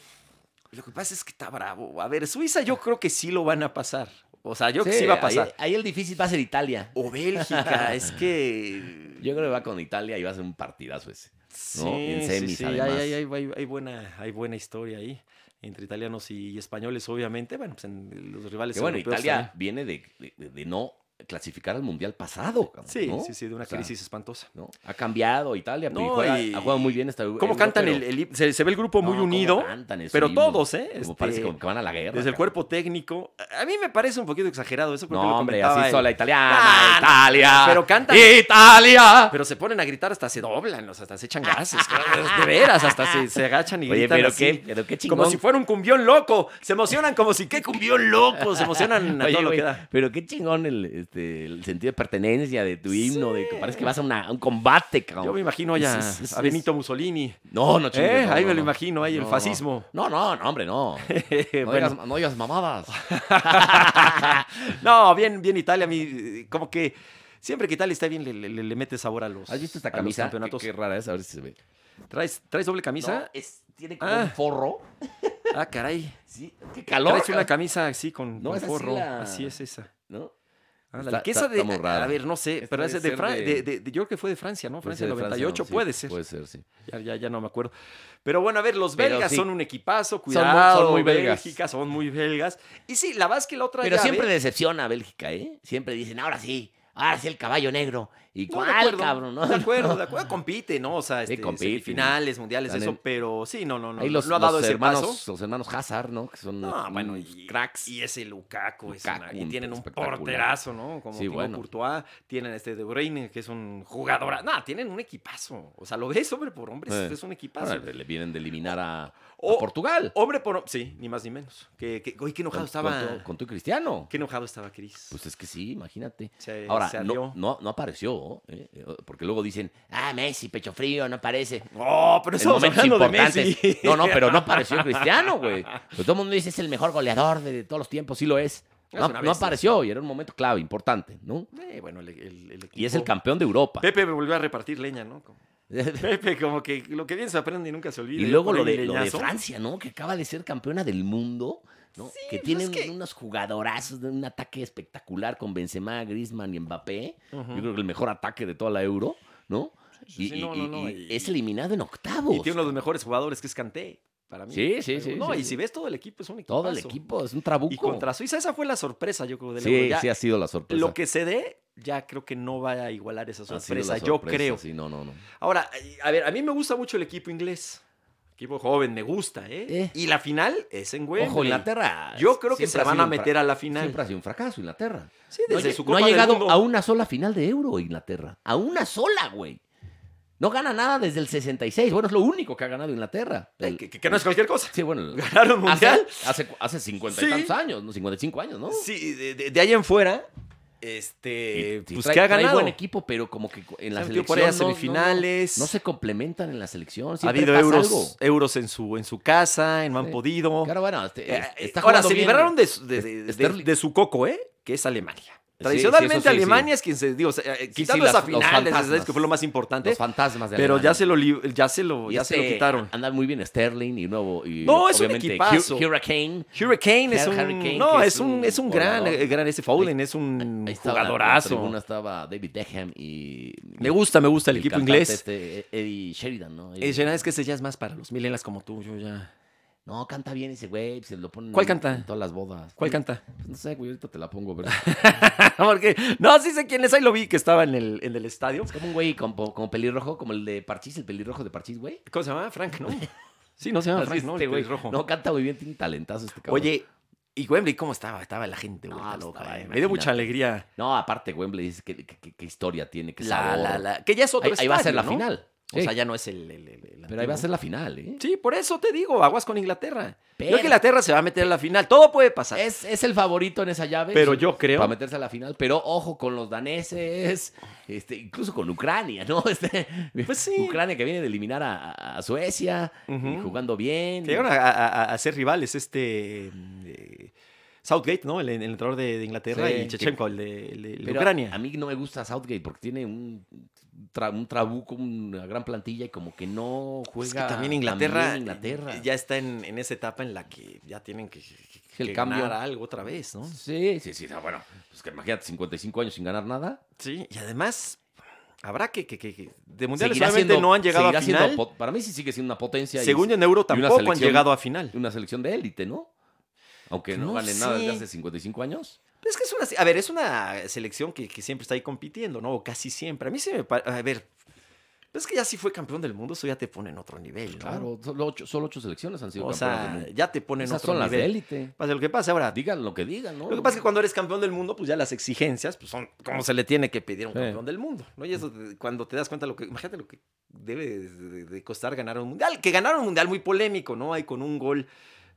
Speaker 1: lo que pasa es que está bravo. A ver, Suiza yo creo que sí lo van a pasar. O sea, yo creo que sí va a pasar.
Speaker 2: Ahí, ahí el difícil va a ser Italia.
Speaker 1: O Bélgica, es que.
Speaker 2: Yo creo que va con Italia y va a ser un partidazo ese.
Speaker 1: Sí,
Speaker 2: ¿no? En
Speaker 1: sí,
Speaker 2: semis,
Speaker 1: sí, hay-
Speaker 2: además.
Speaker 1: Hay, hay- hay- hay buena, hay buena historia ahí entre italianos y, y españoles, obviamente. Bueno, pues en los rivales
Speaker 2: Que bueno,
Speaker 1: europeos
Speaker 2: Italia
Speaker 1: también.
Speaker 2: viene de, de- de no clasificar al Mundial pasado. cabrón,
Speaker 1: Sí,
Speaker 2: ¿no?
Speaker 1: sí, sí, de una
Speaker 2: O sea,
Speaker 1: crisis espantosa.
Speaker 2: ¿no? Ha cambiado Italia, pero
Speaker 1: No,
Speaker 2: juega-
Speaker 1: y-
Speaker 2: ha jugado muy bien esta
Speaker 1: ¿Cómo cantan el, el himno? se, se ve el grupo muy unido, pero todos, ¿eh?
Speaker 2: Como
Speaker 1: Este,
Speaker 2: parece como que van a la guerra.
Speaker 1: desde el
Speaker 2: cabrón.
Speaker 1: cuerpo técnico. A- A mí me parece un poquito exagerado eso, creo que lo
Speaker 2: No, hombre,
Speaker 1: comentaba
Speaker 2: así
Speaker 1: el-
Speaker 2: sola italiana,
Speaker 1: Ah, no,
Speaker 2: Italia.
Speaker 1: pero cantan-
Speaker 2: ¡Italia!
Speaker 1: Pero se ponen a gritar, hasta se doblan, o sea, hasta se echan gases. De veras, hasta se, se agachan y
Speaker 2: Oye,
Speaker 1: gritan
Speaker 2: pero
Speaker 1: así.
Speaker 2: qué, pero qué chingón.
Speaker 1: Como si fuera un cumbión loco. Se emocionan como si qué cumbión loco. Se emocionan a
Speaker 2: Oye,
Speaker 1: todo lo
Speaker 2: güey,
Speaker 1: que da.
Speaker 2: Pero qué chingón el, este, el sentido de pertenencia de tu himno, de que parece que vas a, una- a un combate, cabrón.
Speaker 1: Yo me imagino ya
Speaker 2: Es- es- es-
Speaker 1: a Benito Mussolini.
Speaker 2: No, no chingues.
Speaker 1: ¿Eh?
Speaker 2: no,
Speaker 1: Ahí
Speaker 2: no,
Speaker 1: me lo
Speaker 2: no.
Speaker 1: imagino, ahí
Speaker 2: No,
Speaker 1: el
Speaker 2: no.
Speaker 1: fascismo.
Speaker 2: No, no, no, hombre, no. No,
Speaker 1: bueno,
Speaker 2: digas, no digas mamadas.
Speaker 1: no, bien, bien Italia. a mí, eh, como que siempre que Italia está bien, le, le- le- le mete sabor a los,
Speaker 2: ¿Has visto esta
Speaker 1: a los
Speaker 2: camisa? Qué,
Speaker 1: campeonatos.
Speaker 2: qué rara es, a ver si se ve.
Speaker 1: ¿Traes, ¿Traes doble camisa?
Speaker 2: No, es- tiene como un
Speaker 1: Ah.
Speaker 2: forro.
Speaker 1: Ah, caray.
Speaker 2: Sí, qué calor.
Speaker 1: Traes una camisa así con,
Speaker 2: Ah. No,
Speaker 1: con
Speaker 2: es así
Speaker 1: forro.
Speaker 2: la-
Speaker 1: Así es esa.
Speaker 2: ¿no?
Speaker 1: Ah, la
Speaker 2: Está- está-
Speaker 1: riqueza de.
Speaker 2: está muy raro.
Speaker 1: A ver, no sé,
Speaker 2: Esta
Speaker 1: pero
Speaker 2: debe
Speaker 1: es de,
Speaker 2: ser
Speaker 1: Fran-
Speaker 2: de-
Speaker 1: de- de- de- Yo creo que fue de Francia, ¿no?
Speaker 2: Puede
Speaker 1: Francia
Speaker 2: ser de Francia,
Speaker 1: 98,
Speaker 2: ¿no? Pues Sí,
Speaker 1: puede ser.
Speaker 2: Puede ser, sí.
Speaker 1: Ya, ya, ya no me acuerdo. Pero bueno, a ver, los
Speaker 2: Pero
Speaker 1: belgas
Speaker 2: sí.
Speaker 1: son un equipazo,
Speaker 2: muy- son
Speaker 1: cuidado.
Speaker 2: muy belgas.
Speaker 1: Bélgica, son muy belgas. Y sí, la verdad es que la otra
Speaker 2: Pero
Speaker 1: llave-
Speaker 2: siempre decepciona a Bélgica, ¿eh? Siempre dicen, ahora sí, ahora sí el caballo negro.
Speaker 1: No,
Speaker 2: ¿Y
Speaker 1: de
Speaker 2: cuál,
Speaker 1: acuerdo,
Speaker 2: cabrón? No,
Speaker 1: De acuerdo, de acuerdo, compite, ¿no? O sea, este,
Speaker 2: compite,
Speaker 1: semifinales, mundiales,
Speaker 2: Están
Speaker 1: eso,
Speaker 2: en-
Speaker 1: pero sí, no, no, no.
Speaker 2: Ahí los,
Speaker 1: no ha dado
Speaker 2: los
Speaker 1: ese
Speaker 2: hermanos,
Speaker 1: paso.
Speaker 2: los hermanos Hazard, ¿no? Que son
Speaker 1: No,
Speaker 2: unos
Speaker 1: bueno, y,
Speaker 2: cracks.
Speaker 1: Y ese Lukaku, es
Speaker 2: Lukaku,
Speaker 1: una-
Speaker 2: un
Speaker 1: y tienen un
Speaker 2: espectacular.
Speaker 1: porterazo, ¿no? Como
Speaker 2: Sí,
Speaker 1: tipo
Speaker 2: bueno.
Speaker 1: Courtois, tienen a este De Bruyne, que es un jugador. No, tienen un equipazo. O sea, lo ves hombre por hombre,
Speaker 2: Eh.
Speaker 1: es un equipazo.
Speaker 2: Ahora le vienen de eliminar a, a
Speaker 1: O-
Speaker 2: Portugal.
Speaker 1: Hombre por hom- sí, ni más ni menos. Que, que, oye, qué
Speaker 2: Con-
Speaker 1: enojado estaba.
Speaker 2: Con, tu- con tu Cristiano.
Speaker 1: Qué enojado estaba Cris.
Speaker 2: Pues es que sí, imagínate.
Speaker 1: se,
Speaker 2: Ahora,
Speaker 1: se
Speaker 2: no,
Speaker 1: ardió.
Speaker 2: no, no apareció, ¿eh? porque luego dicen, ah, Messi, pecho frío, no aparece.
Speaker 1: Oh, pero
Speaker 2: en
Speaker 1: estamos
Speaker 2: momentos
Speaker 1: hablando de
Speaker 2: importantes.
Speaker 1: Messi.
Speaker 2: No, no, pero no apareció Cristiano, güey. Pues todo el mundo dice es el mejor goleador de, de todos los tiempos, sí lo es.
Speaker 1: Es
Speaker 2: No,
Speaker 1: una
Speaker 2: no
Speaker 1: bestia.
Speaker 2: apareció y era un momento clave, importante, ¿no?
Speaker 1: Eh, bueno, el, el- el
Speaker 2: Y es el
Speaker 1: equipo-
Speaker 2: campeón de Europa.
Speaker 1: Pepe me volvió a repartir leña, ¿no? Como- Pepe, como que lo que bien se aprende y nunca se olvida.
Speaker 2: Y
Speaker 1: Yo
Speaker 2: luego
Speaker 1: por
Speaker 2: lo
Speaker 1: ahí mi
Speaker 2: de, lo de
Speaker 1: leñazo.
Speaker 2: Francia, ¿no? Que acaba de ser campeona del mundo, ¿no?
Speaker 1: Sí,
Speaker 2: que
Speaker 1: pues
Speaker 2: tienen
Speaker 1: es que-
Speaker 2: unos jugadorazos, de un ataque espectacular con Benzema, Griezmann y Mbappé.
Speaker 1: Ujú.
Speaker 2: Yo creo que el mejor ataque de toda la Euro, ¿no?
Speaker 1: Sí,
Speaker 2: y,
Speaker 1: sí, no,
Speaker 2: y-
Speaker 1: no, no,
Speaker 2: y-
Speaker 1: y-
Speaker 2: es eliminado en octavos.
Speaker 1: Y tiene uno de los mejores jugadores que es Kanté, para mí.
Speaker 2: Pues. Sí, sí,
Speaker 1: Pero
Speaker 2: sí,
Speaker 1: No,
Speaker 2: sí,
Speaker 1: y
Speaker 2: sí.
Speaker 1: si ves todo el equipo, es un equipo.
Speaker 2: Todo el equipo, es un trabuco.
Speaker 1: Y contra Suiza, esa fue la sorpresa, yo creo, del Euro.
Speaker 2: Sí,
Speaker 1: Ya
Speaker 2: sí ha sido la sorpresa.
Speaker 1: Lo que se dé, ya creo que no va a igualar esa
Speaker 2: Ha sido la
Speaker 1: sorpresa, yo
Speaker 2: sorpresa,
Speaker 1: creo.
Speaker 2: Sí, no, no, no.
Speaker 1: Ahora, eh, a ver, a mí me gusta mucho el equipo inglés. Equipo joven, me gusta, ¿eh?
Speaker 2: Eh.
Speaker 1: Y la final es en Wembley.
Speaker 2: Ojo, Inglaterra.
Speaker 1: Yo creo que
Speaker 2: siempre
Speaker 1: se
Speaker 2: ha
Speaker 1: van
Speaker 2: sido
Speaker 1: a
Speaker 2: un
Speaker 1: meter
Speaker 2: fra-
Speaker 1: a la final.
Speaker 2: Siempre ha sido un fracaso, Inglaterra.
Speaker 1: Sí,
Speaker 2: No,
Speaker 1: desde
Speaker 2: lle-
Speaker 1: su
Speaker 2: no
Speaker 1: Copa
Speaker 2: ha
Speaker 1: del
Speaker 2: llegado
Speaker 1: Mundo.
Speaker 2: a una sola final de Euro, Inglaterra. A una sola, güey. No gana nada desde el 66. Bueno, es lo único que ha ganado Inglaterra.
Speaker 1: Eh,
Speaker 2: El-
Speaker 1: Que, que- que no es cualquier cosa.
Speaker 2: ¿Ah, Sí, bueno. el-
Speaker 1: Ganaron mundial.
Speaker 2: Hace, hace, cu- hace 50 y
Speaker 1: Sí.
Speaker 2: tantos años, ¿no? 55 años, ¿no?
Speaker 1: Sí, de, de- de ahí en fuera, este,
Speaker 2: Y- sí,
Speaker 1: pues
Speaker 2: trae-
Speaker 1: que ha
Speaker 2: trae
Speaker 1: ganado.
Speaker 2: buen equipo, pero como que co- en la
Speaker 1: Se metió
Speaker 2: selección.
Speaker 1: por ahí a
Speaker 2: no- no- no-
Speaker 1: semifinales.
Speaker 2: No, se complementan en la selección.
Speaker 1: ha
Speaker 2: siempre
Speaker 1: habido
Speaker 2: pasa
Speaker 1: euros,
Speaker 2: algo.
Speaker 1: euros en su en su casa, en no han
Speaker 2: Sí.
Speaker 1: podido.
Speaker 2: Claro, bueno, este,
Speaker 1: Eh, eh,
Speaker 2: está
Speaker 1: ahora
Speaker 2: jugando
Speaker 1: se
Speaker 2: bien.
Speaker 1: liberaron de, su- de- de- de-
Speaker 2: Sterling.
Speaker 1: de su coco, ¿eh? Que es Alemania.
Speaker 2: sí,
Speaker 1: Tradicionalmente
Speaker 2: eso sí,
Speaker 1: Alemania es quien se digo, o sea, eh,
Speaker 2: sí,
Speaker 1: quitando
Speaker 2: las-
Speaker 1: esa
Speaker 2: los
Speaker 1: final,
Speaker 2: fantasmas.
Speaker 1: ¿sabes? que fue lo más importante,
Speaker 2: Los fantasmas de
Speaker 1: pero ya
Speaker 2: Alemania.
Speaker 1: se lo li- ya se lo
Speaker 2: Y
Speaker 1: ya se lo
Speaker 2: este,
Speaker 1: quitaron.
Speaker 2: Anda muy bien Sterling y nuevo. Y
Speaker 1: No, es un
Speaker 2: obviamente
Speaker 1: equipazo.
Speaker 2: Hu- Hurricane.
Speaker 1: Hurricane es un
Speaker 2: Harry Kane,
Speaker 1: no,
Speaker 2: que
Speaker 1: es un es un gran
Speaker 2: jugador.
Speaker 1: eh, gran ese Foden, es un
Speaker 2: Ahí estaba la- la tribuna
Speaker 1: jugadorazo.
Speaker 2: estaba David Beckham y.
Speaker 1: Me gusta, me gusta el,
Speaker 2: y
Speaker 1: equipo
Speaker 2: cantante
Speaker 1: inglés.
Speaker 2: Este, Eddie Sheridan, ¿no?
Speaker 1: Eh, Gerard, es que ese ya es más para los millennials como tú, yo ya.
Speaker 2: No, canta bien ese güey. Se lo ponen
Speaker 1: ¿Cuál
Speaker 2: en-
Speaker 1: canta?
Speaker 2: En todas las bodas. Pues,
Speaker 1: ¿Cuál canta?
Speaker 2: No sé, güey. Ahorita te la pongo, pero.
Speaker 1: Porque no, sí sé quién es, ahí lo vi que estaba en el en el estadio.
Speaker 2: Es como un güey con- como, pelirrojo, como el de Parchís, el pelirrojo de Parchís, güey.
Speaker 1: ¿Cómo se llama? Frank, ¿no? Sí, no se llama
Speaker 2: Así
Speaker 1: Ah, Frank, ¿no?
Speaker 2: este
Speaker 1: El
Speaker 2: güey.
Speaker 1: pelirrojo.
Speaker 2: No, canta muy bien, tiene talentazo este cabrón.
Speaker 1: Oye, ¿y Wembley cómo estaba? Estaba la gente, güey.
Speaker 2: No,
Speaker 1: está loca, eh.
Speaker 2: estaba,
Speaker 1: Me
Speaker 2: imagínate.
Speaker 1: dio mucha alegría.
Speaker 2: No, aparte, Wembley dice qué, qué- qué- qué historia tiene, qué
Speaker 1: La,
Speaker 2: sabor.
Speaker 1: la, la, que ya es otro
Speaker 2: Ahí, ahí va a ser
Speaker 1: estadio,
Speaker 2: la
Speaker 1: ¿no?
Speaker 2: final.
Speaker 1: O sea,
Speaker 2: Sí.
Speaker 1: ya no es el. el- el- el
Speaker 2: Pero ahí va a
Speaker 1: antiguo.
Speaker 2: ser la final, ¿eh?
Speaker 1: Sí, por eso te digo, aguas con Inglaterra. Yo
Speaker 2: Pero-
Speaker 1: creo que Inglaterra se va a meter a la final. Todo puede pasar.
Speaker 2: Es, es el favorito en esa llave.
Speaker 1: Pero
Speaker 2: sí,
Speaker 1: yo creo-
Speaker 2: Para meterse a la final. Pero ojo con los daneses, este, incluso con Ucrania, ¿no? Este,
Speaker 1: Pues sí.
Speaker 2: Ucrania que viene de eliminar a, a Suecia,
Speaker 1: Ujú.
Speaker 2: y jugando bien.
Speaker 1: Que llegaron a, a- a- a ser rivales este. eh, Southgate, ¿no? El, el entrenador de, de Inglaterra
Speaker 2: Sí,
Speaker 1: y Chechenko, el de, el de- el de
Speaker 2: Pero
Speaker 1: Ucrania.
Speaker 2: A mí no me gusta Southgate porque tiene un, tra- un trabuco, una gran plantilla y como que no
Speaker 1: Es
Speaker 2: juega.
Speaker 1: que también Inglaterra, eh,
Speaker 2: también Inglaterra.
Speaker 1: ya está en, en esa etapa en la que ya tienen que, que-
Speaker 2: El
Speaker 1: que
Speaker 2: cambio.
Speaker 1: ganar algo otra vez, ¿no?
Speaker 2: Sí, sí, sí. no, bueno, pues que imagínate 55 años sin ganar nada.
Speaker 1: Sí, y además, Habrá que, que, que- que- de mundiales
Speaker 2: Seguirá
Speaker 1: obviamente
Speaker 2: siendo-
Speaker 1: no han llegado
Speaker 2: seguirá
Speaker 1: a
Speaker 2: siendo
Speaker 1: final.
Speaker 2: pot- para mí sí sigue siendo una potencia. y
Speaker 1: Según yo, en Euro
Speaker 2: y una
Speaker 1: tampoco han
Speaker 2: selección-
Speaker 1: llegado a final.
Speaker 2: una selección de élite, ¿no? Aunque no,
Speaker 1: No
Speaker 2: ganen nada desde
Speaker 1: sé.
Speaker 2: hace 55 años.
Speaker 1: Pero Es que es una, a ver, es una selección que, que siempre está ahí compitiendo, ¿no? O casi siempre. A mí se me parece, a ver, es que ya si fue campeón del mundo, eso ya te pone en otro nivel, ¿no?
Speaker 2: Claro, solo ocho, solo ocho selecciones han sido
Speaker 1: O
Speaker 2: campeonas del
Speaker 1: sea,
Speaker 2: mundo.
Speaker 1: ya te pone en
Speaker 2: Esas
Speaker 1: otro
Speaker 2: son las de
Speaker 1: nivel.
Speaker 2: élite.
Speaker 1: Pase lo que pase ahora.
Speaker 2: Digan lo que digan, ¿no?
Speaker 1: Lo que pasa es que cuando eres campeón del mundo, pues ya las exigencias pues son como se le tiene que pedir a un
Speaker 2: Sí.
Speaker 1: campeón del mundo, ¿no? Y eso, de- cuando te das cuenta, lo que, imagínate lo que debe de, de- de costar ganar un mundial, que ganaron un mundial muy polémico, ¿no? Ahí con un gol,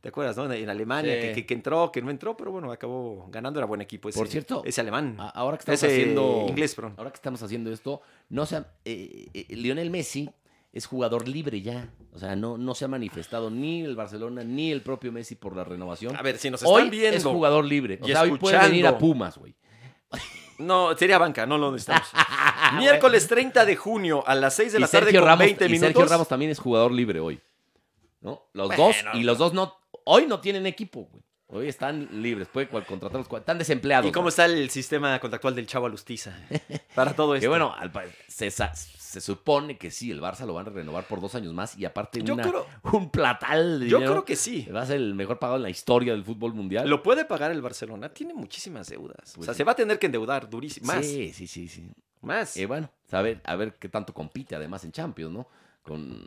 Speaker 1: ¿te acuerdas, no? En Alemania,
Speaker 2: Sí.
Speaker 1: que, que- que entró, que no entró, pero bueno, acabó ganando, era buen equipo ese,
Speaker 2: Por cierto,
Speaker 1: ese alemán.
Speaker 2: A- Ah, Ahora que estamos
Speaker 1: Ese
Speaker 2: haciendo.
Speaker 1: inglés, perdón.
Speaker 2: Ahora que estamos haciendo esto, no sea. eh, eh, Lionel Messi es jugador libre ya. O sea, no, no se ha manifestado ni el Barcelona ni el propio Messi por la renovación.
Speaker 1: A ver, si nos
Speaker 2: hoy
Speaker 1: están viendo.
Speaker 2: es jugador libre. O
Speaker 1: y
Speaker 2: sea, hoy puede
Speaker 1: escuchando.
Speaker 2: venir a Pumas, güey.
Speaker 1: No, sería banca, no lo necesitamos. Miércoles 30 de junio a las 6 de
Speaker 2: Y
Speaker 1: la tarde
Speaker 2: Sergio
Speaker 1: con
Speaker 2: Ramos-
Speaker 1: 20
Speaker 2: y
Speaker 1: minutos.
Speaker 2: Sergio Ramos también es jugador libre hoy. ¿No? Los
Speaker 1: Bueno.
Speaker 2: dos, y los dos no, hoy no tienen equipo, güey. Hoy están libres, puede cual- contratar los cual- están desempleados.
Speaker 1: ¿Y cómo
Speaker 2: güey.
Speaker 1: está el sistema contractual del Chavo Alustiza para todo
Speaker 2: Que
Speaker 1: esto?
Speaker 2: bueno, al pa- se, sa- se supone que sí, el Barça lo van a renovar por dos años más y aparte
Speaker 1: yo
Speaker 2: una-
Speaker 1: creo,
Speaker 2: un platal de
Speaker 1: yo
Speaker 2: dinero.
Speaker 1: creo que sí.
Speaker 2: va a ser el mejor pagado en la historia del fútbol mundial.
Speaker 1: Lo puede pagar el Barcelona. Tiene muchísimas deudas. o
Speaker 2: Pues
Speaker 1: sea,
Speaker 2: sí.
Speaker 1: se va a tener que endeudar durísimo. Más,
Speaker 2: Sí, sí, sí, sí.
Speaker 1: más.
Speaker 2: Eh, bueno, a ver, a ver qué tanto compite además en Champions, ¿no? Con,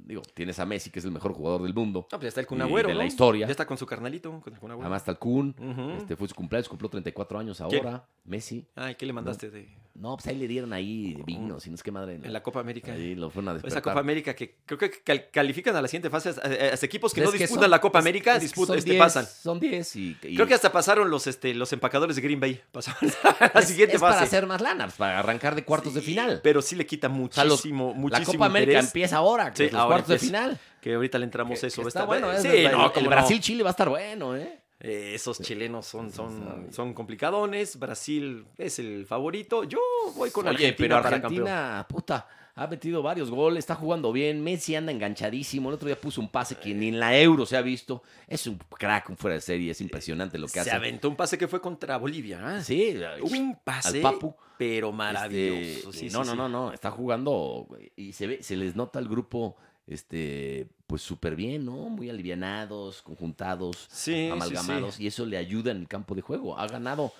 Speaker 2: digo, tienes a Messi, que es el mejor jugador del mundo.
Speaker 1: No, pues ya está el
Speaker 2: y
Speaker 1: Kun Agüero,
Speaker 2: de la
Speaker 1: ¿no?
Speaker 2: historia.
Speaker 1: Ya está con su carnalito, con el Kun Agüero.
Speaker 2: Además está el Kun.
Speaker 1: Ujú.
Speaker 2: Este, fue su cumpleaños, cumplió 34 años
Speaker 1: ¿Quién?
Speaker 2: ahora. Messi.
Speaker 1: Ay, ¿qué le mandaste de,
Speaker 2: No, pues ahí le dieron ahí vino, si no es que madre.
Speaker 1: en la Copa América?
Speaker 2: Ahí lo fueron a
Speaker 1: Esa
Speaker 2: despertar.
Speaker 1: Copa América que creo que cal- califican a la siguiente fase hasta, eh, hasta equipos que
Speaker 2: Pues Es
Speaker 1: no disputan
Speaker 2: son-
Speaker 1: la Copa
Speaker 2: es-
Speaker 1: América
Speaker 2: es que
Speaker 1: disput-
Speaker 2: son
Speaker 1: este,
Speaker 2: 10,
Speaker 1: pasan.
Speaker 2: Son 10 y, y-
Speaker 1: Creo que hasta pasaron los, este, los empacadores de Green Bay. Pasaron a la
Speaker 2: es-
Speaker 1: siguiente
Speaker 2: es
Speaker 1: fase.
Speaker 2: para hacer más lana, pues, para arrancar de cuartos de
Speaker 1: Sí,
Speaker 2: final.
Speaker 1: Pero sí le quita
Speaker 2: sea, los-
Speaker 1: muchísimo, muchísimo.
Speaker 2: la Copa América
Speaker 1: interés,
Speaker 2: empieza ahora, con
Speaker 1: Sí,
Speaker 2: los
Speaker 1: ahora
Speaker 2: cuartos de
Speaker 1: empieza.
Speaker 2: final.
Speaker 1: Que ahorita le entramos
Speaker 2: Que-
Speaker 1: eso.
Speaker 2: que
Speaker 1: va a
Speaker 2: está
Speaker 1: estar-
Speaker 2: bueno, ¿eh?
Speaker 1: Sí,
Speaker 2: El-
Speaker 1: no,
Speaker 2: el
Speaker 1: cómo no.
Speaker 2: Brasil-Chile va a estar bueno, ¿eh?
Speaker 1: Eh, esos chilenos son, son,
Speaker 2: Sí.
Speaker 1: son complicadones. Brasil es el favorito. Yo voy con
Speaker 2: Oye,
Speaker 1: Argentina
Speaker 2: pero
Speaker 1: para campeón.
Speaker 2: Argentina, puta, ha metido varios goles, está jugando bien, Messi anda enganchadísimo, el otro día puso un pase que ni en la Euro se ha visto, es un crack, un fuera de serie, es impresionante lo que
Speaker 1: Se
Speaker 2: hace.
Speaker 1: aventó un pase que fue contra Bolivia. ¿ah?
Speaker 2: Sí,
Speaker 1: Un pase,
Speaker 2: al Papu.
Speaker 1: pero
Speaker 2: Este,
Speaker 1: maravilloso. Sí,
Speaker 2: no,
Speaker 1: sí,
Speaker 2: no,
Speaker 1: sí.
Speaker 2: no, no, está jugando güey, y se ve, se les nota al grupo, este, pues súper bien, ¿no? Muy alivianados, conjuntados,
Speaker 1: Sí, sí,
Speaker 2: amalgamados,
Speaker 1: sí.
Speaker 2: y eso le ayuda en el campo de juego. Ha ganado,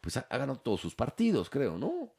Speaker 2: pues ha, ha ganado todos sus partidos, creo, ¿no?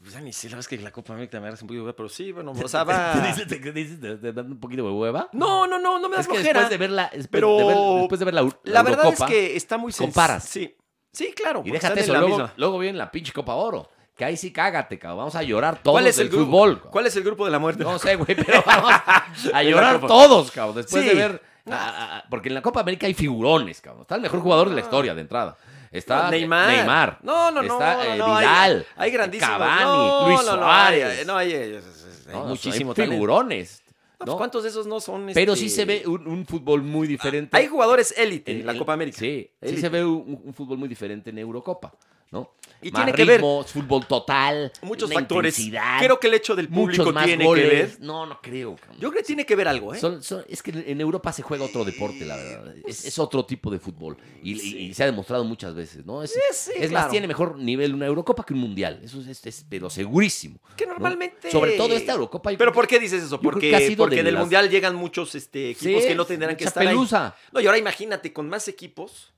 Speaker 1: Pues ya ni sé, la verdad es que la Copa América me agarras un poquito de hueva, pero sí, bueno, o sea, va.
Speaker 2: ¿Te, dices- te- dices- te- te dan un poquito de hueva?
Speaker 1: No, no, no, no me das
Speaker 2: Es que
Speaker 1: Pues flojera.
Speaker 2: después de ver la, después
Speaker 1: Pero-
Speaker 2: de ver- después de ver la, la
Speaker 1: La verdad
Speaker 2: Eurocopa,
Speaker 1: es que está muy sen-
Speaker 2: comparas.
Speaker 1: Sí, sí, claro.
Speaker 2: y
Speaker 1: porque
Speaker 2: déjate
Speaker 1: están en
Speaker 2: eso,
Speaker 1: la
Speaker 2: luego,
Speaker 1: misma.
Speaker 2: luego viene la pinche Copa Oro, que ahí sí cágate, cabrón, vamos a llorar todos
Speaker 1: ¿Cuál es
Speaker 2: del
Speaker 1: el grupo?
Speaker 2: fútbol. cabrón.
Speaker 1: ¿Cuál es el grupo de la muerte?
Speaker 2: No sé, güey, pero vamos a
Speaker 1: En la
Speaker 2: llorar
Speaker 1: Copa.
Speaker 2: todos, cabrón, después
Speaker 1: Sí.
Speaker 2: de ver... a- a- a- porque en la Copa América hay figurones, cabrón. Está el mejor jugador de la historia, de entrada. Está
Speaker 1: Ah. Neymar.
Speaker 2: Neymar.
Speaker 1: No, no, no.
Speaker 2: Está,
Speaker 1: no,
Speaker 2: eh,
Speaker 1: no, hay-
Speaker 2: Vidal,
Speaker 1: Hay, grandísimos.
Speaker 2: Cavani,
Speaker 1: no,
Speaker 2: Luis
Speaker 1: no, no, hay- eh,
Speaker 2: Suárez.
Speaker 1: No, hay, hay
Speaker 2: No, o sea,
Speaker 1: muchísimo
Speaker 2: hay
Speaker 1: talento.
Speaker 2: figurones.
Speaker 1: No, pues,
Speaker 2: ¿no?
Speaker 1: ¿Cuántos de esos no son?
Speaker 2: Pero
Speaker 1: este,
Speaker 2: sí se ve un, un fútbol muy diferente.
Speaker 1: Hay jugadores élite
Speaker 2: en-
Speaker 1: en la
Speaker 2: en-
Speaker 1: Copa América.
Speaker 2: Sí, sí
Speaker 1: Élite.
Speaker 2: se ve un, un fútbol muy diferente en Eurocopa, ¿no?
Speaker 1: Y
Speaker 2: Más
Speaker 1: tiene que ver
Speaker 2: ritmo, fútbol total,
Speaker 1: muchos
Speaker 2: una
Speaker 1: factores.
Speaker 2: intensidad,
Speaker 1: Creo que el hecho del
Speaker 2: muchos
Speaker 1: público
Speaker 2: más
Speaker 1: tiene
Speaker 2: goles.
Speaker 1: que ver.
Speaker 2: No, no creo. cabrón.
Speaker 1: Yo creo que tiene que ver algo, ¿eh?
Speaker 2: Son- son- es que en Europa se juega otro deporte, la verdad. Es, es otro tipo de fútbol. Y, y-
Speaker 1: Sí.
Speaker 2: y se ha demostrado muchas veces, ¿no? Es,
Speaker 1: Sí, sí,
Speaker 2: es más,
Speaker 1: claro.
Speaker 2: tiene mejor nivel una Eurocopa que un Mundial. Eso es, es- es pero segurísimo.
Speaker 1: Que
Speaker 2: ¿no?
Speaker 1: normalmente.
Speaker 2: Sobre todo esta Eurocopa. yo
Speaker 1: ¿Pero
Speaker 2: creo
Speaker 1: por qué dices eso?
Speaker 2: creo que ha
Speaker 1: Porque,
Speaker 2: sido
Speaker 1: porque
Speaker 2: de
Speaker 1: en el
Speaker 2: las-
Speaker 1: Mundial llegan muchos este, equipos
Speaker 2: Sí,
Speaker 1: que no tendrán que
Speaker 2: mucha
Speaker 1: estar ahí.
Speaker 2: pelusa.
Speaker 1: No, y ahora imagínate, con más equipos.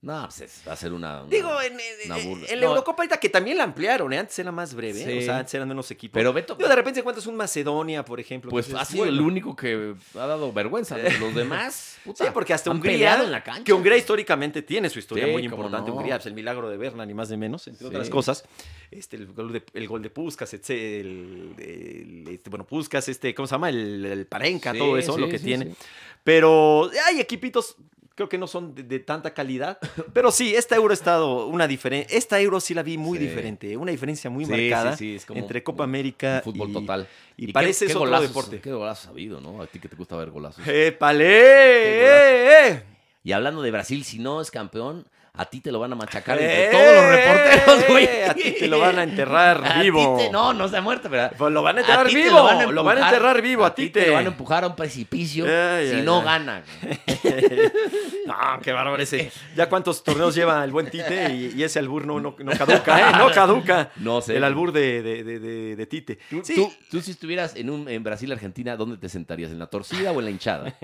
Speaker 2: No, pues es- va a ser una. una-
Speaker 1: Digo, en, en-
Speaker 2: Una burla.
Speaker 1: en
Speaker 2: No.
Speaker 1: la Eurocopa ahorita que también la ampliaron, ¿eh? antes era más breve, ¿eh?
Speaker 2: Sí.
Speaker 1: o sea, antes eran menos equipos.
Speaker 2: Pero Beto-
Speaker 1: Digo, de repente encuentras un Macedonia, por ejemplo.
Speaker 2: Pues
Speaker 1: que
Speaker 2: ha
Speaker 1: dices,
Speaker 2: sido el
Speaker 1: bueno.
Speaker 2: único que ha dado vergüenza. ¿no? Los demás. puta,
Speaker 1: Sí, porque hasta
Speaker 2: han
Speaker 1: Hungría,
Speaker 2: peleado en la cancha.
Speaker 1: que Hungría históricamente tiene su historia
Speaker 2: Sí,
Speaker 1: muy
Speaker 2: cómo
Speaker 1: importante,
Speaker 2: no.
Speaker 1: Hungría, pues, el milagro de Berna, ni más ni menos, entre
Speaker 2: Sí.
Speaker 1: otras cosas, este, el gol de, el gol de Puskas, este, el, el- este, bueno, Puskas, este, ¿cómo se llama? El, el Parenca,
Speaker 2: Sí,
Speaker 1: todo eso,
Speaker 2: sí,
Speaker 1: lo que
Speaker 2: sí,
Speaker 1: tiene.
Speaker 2: sí.
Speaker 1: Pero hay equipitos, creo que no son de, de tanta calidad. Pero sí, esta euro ha estado una diferencia. Esta euro sí la vi muy
Speaker 2: Sí.
Speaker 1: diferente. ¿eh? Una diferencia muy
Speaker 2: Sí,
Speaker 1: marcada
Speaker 2: sí, sí, es como
Speaker 1: entre Copa
Speaker 2: un-
Speaker 1: América
Speaker 2: Un fútbol
Speaker 1: y,
Speaker 2: total.
Speaker 1: y
Speaker 2: qué-
Speaker 1: parece
Speaker 2: qué
Speaker 1: es otro
Speaker 2: golazos-
Speaker 1: deporte.
Speaker 2: Qué golazos ha habido, ¿no? A ti que te gusta ver golazos.
Speaker 1: ¡Épale!
Speaker 2: Qué
Speaker 1: ¡Eh, eh!
Speaker 2: Y hablando de Brasil, si no es campeón, a ti te lo van a machacar entre todos los reporteros, güey.
Speaker 1: Eh, A ti te lo van a enterrar
Speaker 2: A ti
Speaker 1: vivo.
Speaker 2: te- no, no se ha muerto, ¿verdad?
Speaker 1: Pues lo van a
Speaker 2: A
Speaker 1: enterrar
Speaker 2: ti te
Speaker 1: vivo.
Speaker 2: lo van a
Speaker 1: lo van a
Speaker 2: empujar,
Speaker 1: enterrar vivo a, ti
Speaker 2: ti te lo van a empujar a un precipicio
Speaker 1: Ay,
Speaker 2: si
Speaker 1: ay,
Speaker 2: no
Speaker 1: ay.
Speaker 2: gana. güey.
Speaker 1: No, qué bárbaro ese. Ya cuántos torneos lleva el buen Tite y, y ese albur no, no, no caduca, ¿eh? No caduca.
Speaker 2: No sé.
Speaker 1: El albur de, de- de- de- de Tite.
Speaker 2: Tú,
Speaker 1: Sí.
Speaker 2: tú- tú si estuvieras en, un, en Brasil, Argentina, ¿dónde te sentarías? ¿En la torcida o en la hinchada?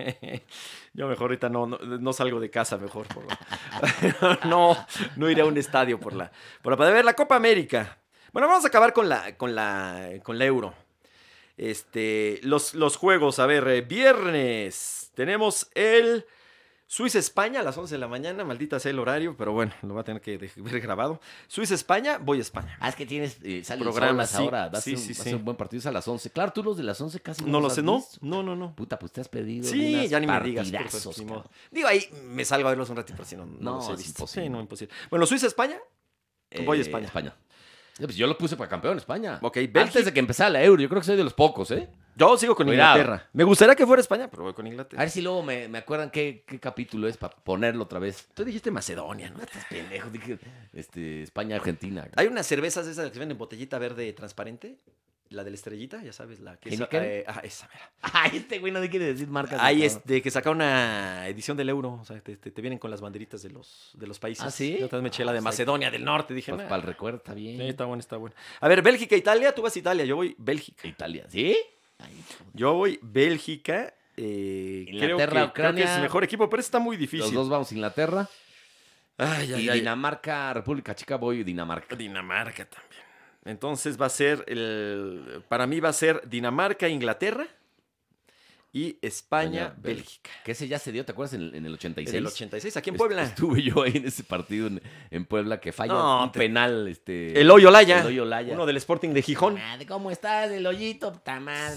Speaker 1: Yo mejor ahorita no, no, no salgo de casa, mejor. por lo- no, no iré a un estadio por la, por la... Para ver la Copa América. Bueno, vamos a acabar con la, con la, con la Euro. Este, los, los juegos, a ver, eh, viernes tenemos el Suiza-España a las 11 de la mañana, maldita sea el horario, pero bueno, lo va a tener que dej- ver grabado. Suiza-España, voy a España.
Speaker 2: Ah, es que tienes, eh, sale
Speaker 1: Programa,
Speaker 2: Programas
Speaker 1: sí,
Speaker 2: ahora, va a,
Speaker 1: sí,
Speaker 2: ser, un-
Speaker 1: sí,
Speaker 2: va a
Speaker 1: sí.
Speaker 2: ser un buen partido, es a las 11. Claro, tú los de las 11 casi
Speaker 1: No lo
Speaker 2: los
Speaker 1: sé,
Speaker 2: has
Speaker 1: no,
Speaker 2: visto.
Speaker 1: no, no, no.
Speaker 2: Puta, pues te has pedido
Speaker 1: Sí,
Speaker 2: unas
Speaker 1: ya ni me digas. pero,
Speaker 2: partidazos,
Speaker 1: pues, ni modo.
Speaker 2: cabrón.
Speaker 1: Digo, ahí me salgo a verlos un ratito, pero si no, no,
Speaker 2: No,
Speaker 1: los he
Speaker 2: es
Speaker 1: visto.
Speaker 2: imposible.
Speaker 1: Sí, no, imposible. Bueno, Suiza-España, Pues Voy a España.
Speaker 2: Eh, España. Ya, pues yo lo puse para campeón, España.
Speaker 1: Ok,
Speaker 2: Antes
Speaker 1: Bélgica-
Speaker 2: de que empezara la Euro, yo creo que soy de los pocos, ¿eh?
Speaker 1: Yo sigo con
Speaker 2: Cuidado.
Speaker 1: Inglaterra. Me gustaría que fuera España, pero voy con
Speaker 2: A
Speaker 1: Inglaterra.
Speaker 2: ver si luego me, me acuerdan qué, qué capítulo es para ponerlo otra vez.
Speaker 1: Tú dijiste Macedonia, ¿no?
Speaker 2: Estás pendejo, dije, este, España-Argentina.
Speaker 1: Hay unas cervezas de esas que se venden en botellita verde transparente. La de la estrellita, ya sabes, la que es-
Speaker 2: ¿Heineken?
Speaker 1: eh, ah, esa, mira.
Speaker 2: Ay, este güey no le quiere decir marcas. Pues
Speaker 1: Ahí
Speaker 2: cabrón.
Speaker 1: es de que saca una edición del euro. O sea, te, te- te vienen con las banderitas de los, de los países.
Speaker 2: ¿Ah, sí?
Speaker 1: Yo también me eché la
Speaker 2: Ah,
Speaker 1: de
Speaker 2: o sea,
Speaker 1: Macedonia del Norte. Dije,
Speaker 2: Pues
Speaker 1: "Nah,
Speaker 2: para el recuerdo está
Speaker 1: sí,
Speaker 2: bien.
Speaker 1: está bueno, está bueno. A ver, Bélgica, Italia. Tú vas a Italia, yo voy Bélgica.
Speaker 2: Italia, ¿sí? Ay, joder.
Speaker 1: Yo voy Bélgica. eh, creo, que,
Speaker 2: Inglaterra,
Speaker 1: creo que es
Speaker 2: Ucrania.
Speaker 1: el mejor equipo, pero ese está muy
Speaker 2: los
Speaker 1: difícil.
Speaker 2: dos vamos a Inglaterra.
Speaker 1: Ay, ay,
Speaker 2: y
Speaker 1: ay.
Speaker 2: Dinamarca, República Checa, voy Dinamarca.
Speaker 1: Dinamarca también. Entonces va a ser el. Para mí va a ser Dinamarca, Inglaterra y España,
Speaker 2: España,
Speaker 1: Bélgica.
Speaker 2: Que ese ya se dio, ¿te acuerdas? En, el- en el 86.
Speaker 1: En el 86, aquí en Puebla.
Speaker 2: Estuve yo ahí en ese partido en, en Puebla que falla
Speaker 1: No,
Speaker 2: un
Speaker 1: te-
Speaker 2: penal. Este,
Speaker 1: El Hoyo Laya.
Speaker 2: El Hoyo Laya.
Speaker 1: Uno del Sporting de Gijón.
Speaker 2: Madre, ¿Cómo estás? El hoyito, puta madre.